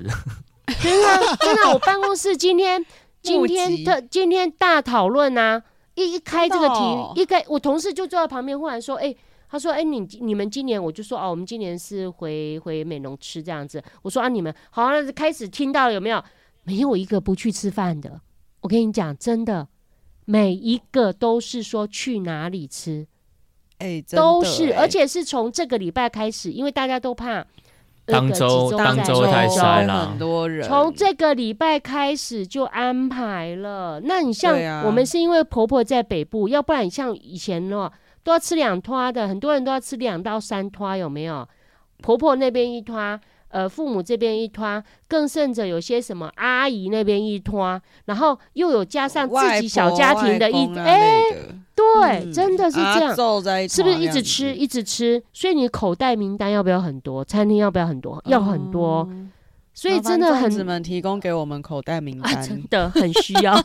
Speaker 3: 真的真的，我办公室 今天今
Speaker 6: 募
Speaker 3: 天
Speaker 6: 集
Speaker 3: 特今天大讨论啊，一一开这个
Speaker 6: 真
Speaker 3: 题
Speaker 6: 的哦，
Speaker 3: 一开我同事就坐在旁边，忽然说：“哎、他说：‘哎、你你们今年，我就说哦，我们今年是回回美容吃这样子。’我说：‘啊，你们好像开始听到了有没有？没有一个不去吃饭的。我跟你讲，真的，每一个都是说去哪里吃。”
Speaker 6: 哎，真的
Speaker 3: 都是，
Speaker 6: 哎
Speaker 3: 而且是从这个礼拜开始，因为大家都怕
Speaker 5: 当周
Speaker 3: 集中
Speaker 5: 当
Speaker 3: 在
Speaker 5: 周
Speaker 3: 周
Speaker 5: 太塞
Speaker 3: 中
Speaker 5: 啦
Speaker 4: 很，多人
Speaker 3: 从这个礼拜开始就安排了。那你像
Speaker 4: 对啊
Speaker 3: 我们是因为婆婆在北部，要不然你像以前哦，都要吃两拖的，很多人都要吃两到三拖，有没有？婆婆那边一拖，呃，父母这边一拖，更甚者有些什么阿姨那边一拖，然后又有加上自
Speaker 4: 外
Speaker 3: 己
Speaker 4: 婆
Speaker 3: 小家庭的一
Speaker 4: 外，公啊
Speaker 3: 哎、
Speaker 4: 那个
Speaker 3: 对，
Speaker 4: 嗯
Speaker 3: 真的是这样
Speaker 4: 啊。皱在一团
Speaker 3: 是不是一
Speaker 4: 这样
Speaker 3: 直
Speaker 4: 子
Speaker 3: 吃一直吃？所以你口袋名单要不要很多？餐厅要不要很多？要很多，哦
Speaker 4: 嗯
Speaker 3: 所以真的
Speaker 4: 麻烦
Speaker 3: 很
Speaker 4: 粽子们提供给我们口袋名
Speaker 3: 啊，
Speaker 4: 单，
Speaker 3: 真的很需要，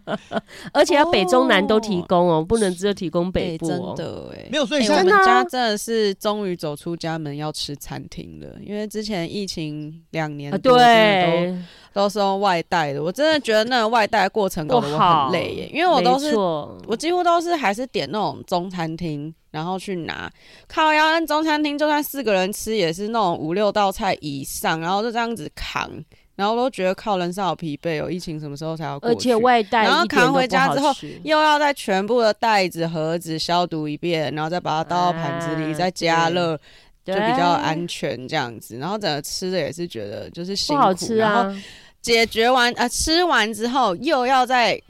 Speaker 3: 而且要北中南都提供哦，不能只有提供北
Speaker 4: 哎
Speaker 3: 部哦
Speaker 4: 真。的哎、
Speaker 2: 没有，所以
Speaker 4: 哎、
Speaker 2: 像
Speaker 4: 我
Speaker 3: 真
Speaker 4: 们
Speaker 3: 的啊
Speaker 4: 家真的是终于走出家门要吃餐厅了，因为之前疫情两年
Speaker 3: 啊，
Speaker 4: 多真的都
Speaker 3: 对，
Speaker 4: 都是用外带的，我真的觉得那个外带的过程搞得我
Speaker 3: 不好
Speaker 4: 很累耶，因为我都
Speaker 3: 没
Speaker 4: 是
Speaker 3: 错
Speaker 4: 我几乎都是还是点那种中餐厅，然后去拿靠腰。但中餐厅就算四个人吃，也是那种五六道菜以上，然后就这样子扛，然后我都觉得靠人是好疲惫哦。疫情什么时候才要过
Speaker 3: 而
Speaker 4: 去？
Speaker 3: 且外带
Speaker 4: 然后
Speaker 3: 一点都
Speaker 4: 扛回
Speaker 3: 不好
Speaker 4: 家之后
Speaker 3: 吃
Speaker 4: 又要在全部的袋子、盒子消毒一遍，然后再把它倒到盘子里，
Speaker 3: 啊
Speaker 4: 再加热，就
Speaker 3: 对
Speaker 4: 比较安全这样子。然后整个吃的也是觉得就是辛
Speaker 3: 不
Speaker 4: 苦，
Speaker 3: 好吃
Speaker 4: 然后
Speaker 3: 啊，
Speaker 4: 解决完啊、吃完之后又要再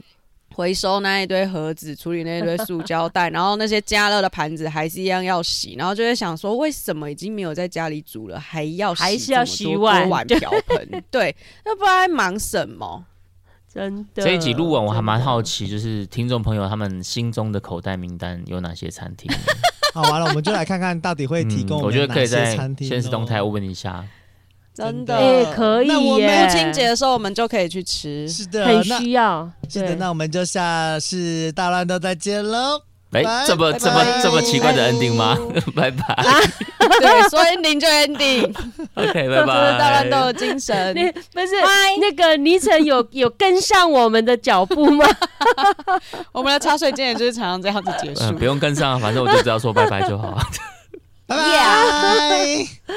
Speaker 4: 回收那一堆盒子，处理那一堆塑胶袋，然后那些加热的盘子还是一样要洗，然后就会想说，为什么已经没有在家里煮了，还要洗
Speaker 3: 还是要
Speaker 4: 这么
Speaker 3: 洗
Speaker 4: 多多
Speaker 3: 碗
Speaker 4: 碗 瓢盆？对，那不然在忙什么？
Speaker 3: 真的。
Speaker 5: 这一集录完，我还蛮好
Speaker 3: 奇，
Speaker 5: 奇，就是听众朋友他们心中的口袋名单有哪些餐厅？
Speaker 2: 好完了，我们就来看看到底会提供
Speaker 5: 嗯
Speaker 2: 们
Speaker 5: 我觉得可以
Speaker 2: 哪些
Speaker 5: 在
Speaker 2: 餐厅哦
Speaker 5: 现实动态问一下。
Speaker 4: 真的，
Speaker 3: 哎，可以
Speaker 2: 那我
Speaker 3: 耶
Speaker 4: 父亲节的时候我们就可以去吃。
Speaker 2: 是的
Speaker 3: 很，
Speaker 2: 那
Speaker 3: 需要，
Speaker 2: 是的，
Speaker 3: 对
Speaker 2: 那我们就下次大乱斗再见喽。
Speaker 5: 哎
Speaker 2: 拜，
Speaker 5: 这么
Speaker 2: 拜
Speaker 5: 这么
Speaker 2: 拜
Speaker 5: 这么奇怪的 ending 吗？拜拜
Speaker 4: 对，所以您就 ending，这
Speaker 5: ，OK，拜
Speaker 4: 是大乱斗
Speaker 5: 拜
Speaker 4: 的。精神。
Speaker 3: 那不是
Speaker 4: 嗨
Speaker 3: 那个倪晨有有跟上我们的脚步吗？
Speaker 4: 我们的茶水间也就是常常这样子
Speaker 5: 嗯
Speaker 4: 结束
Speaker 5: 啊嗯，。不用跟上，反正我就知道说拜拜就好。
Speaker 2: 拜拜。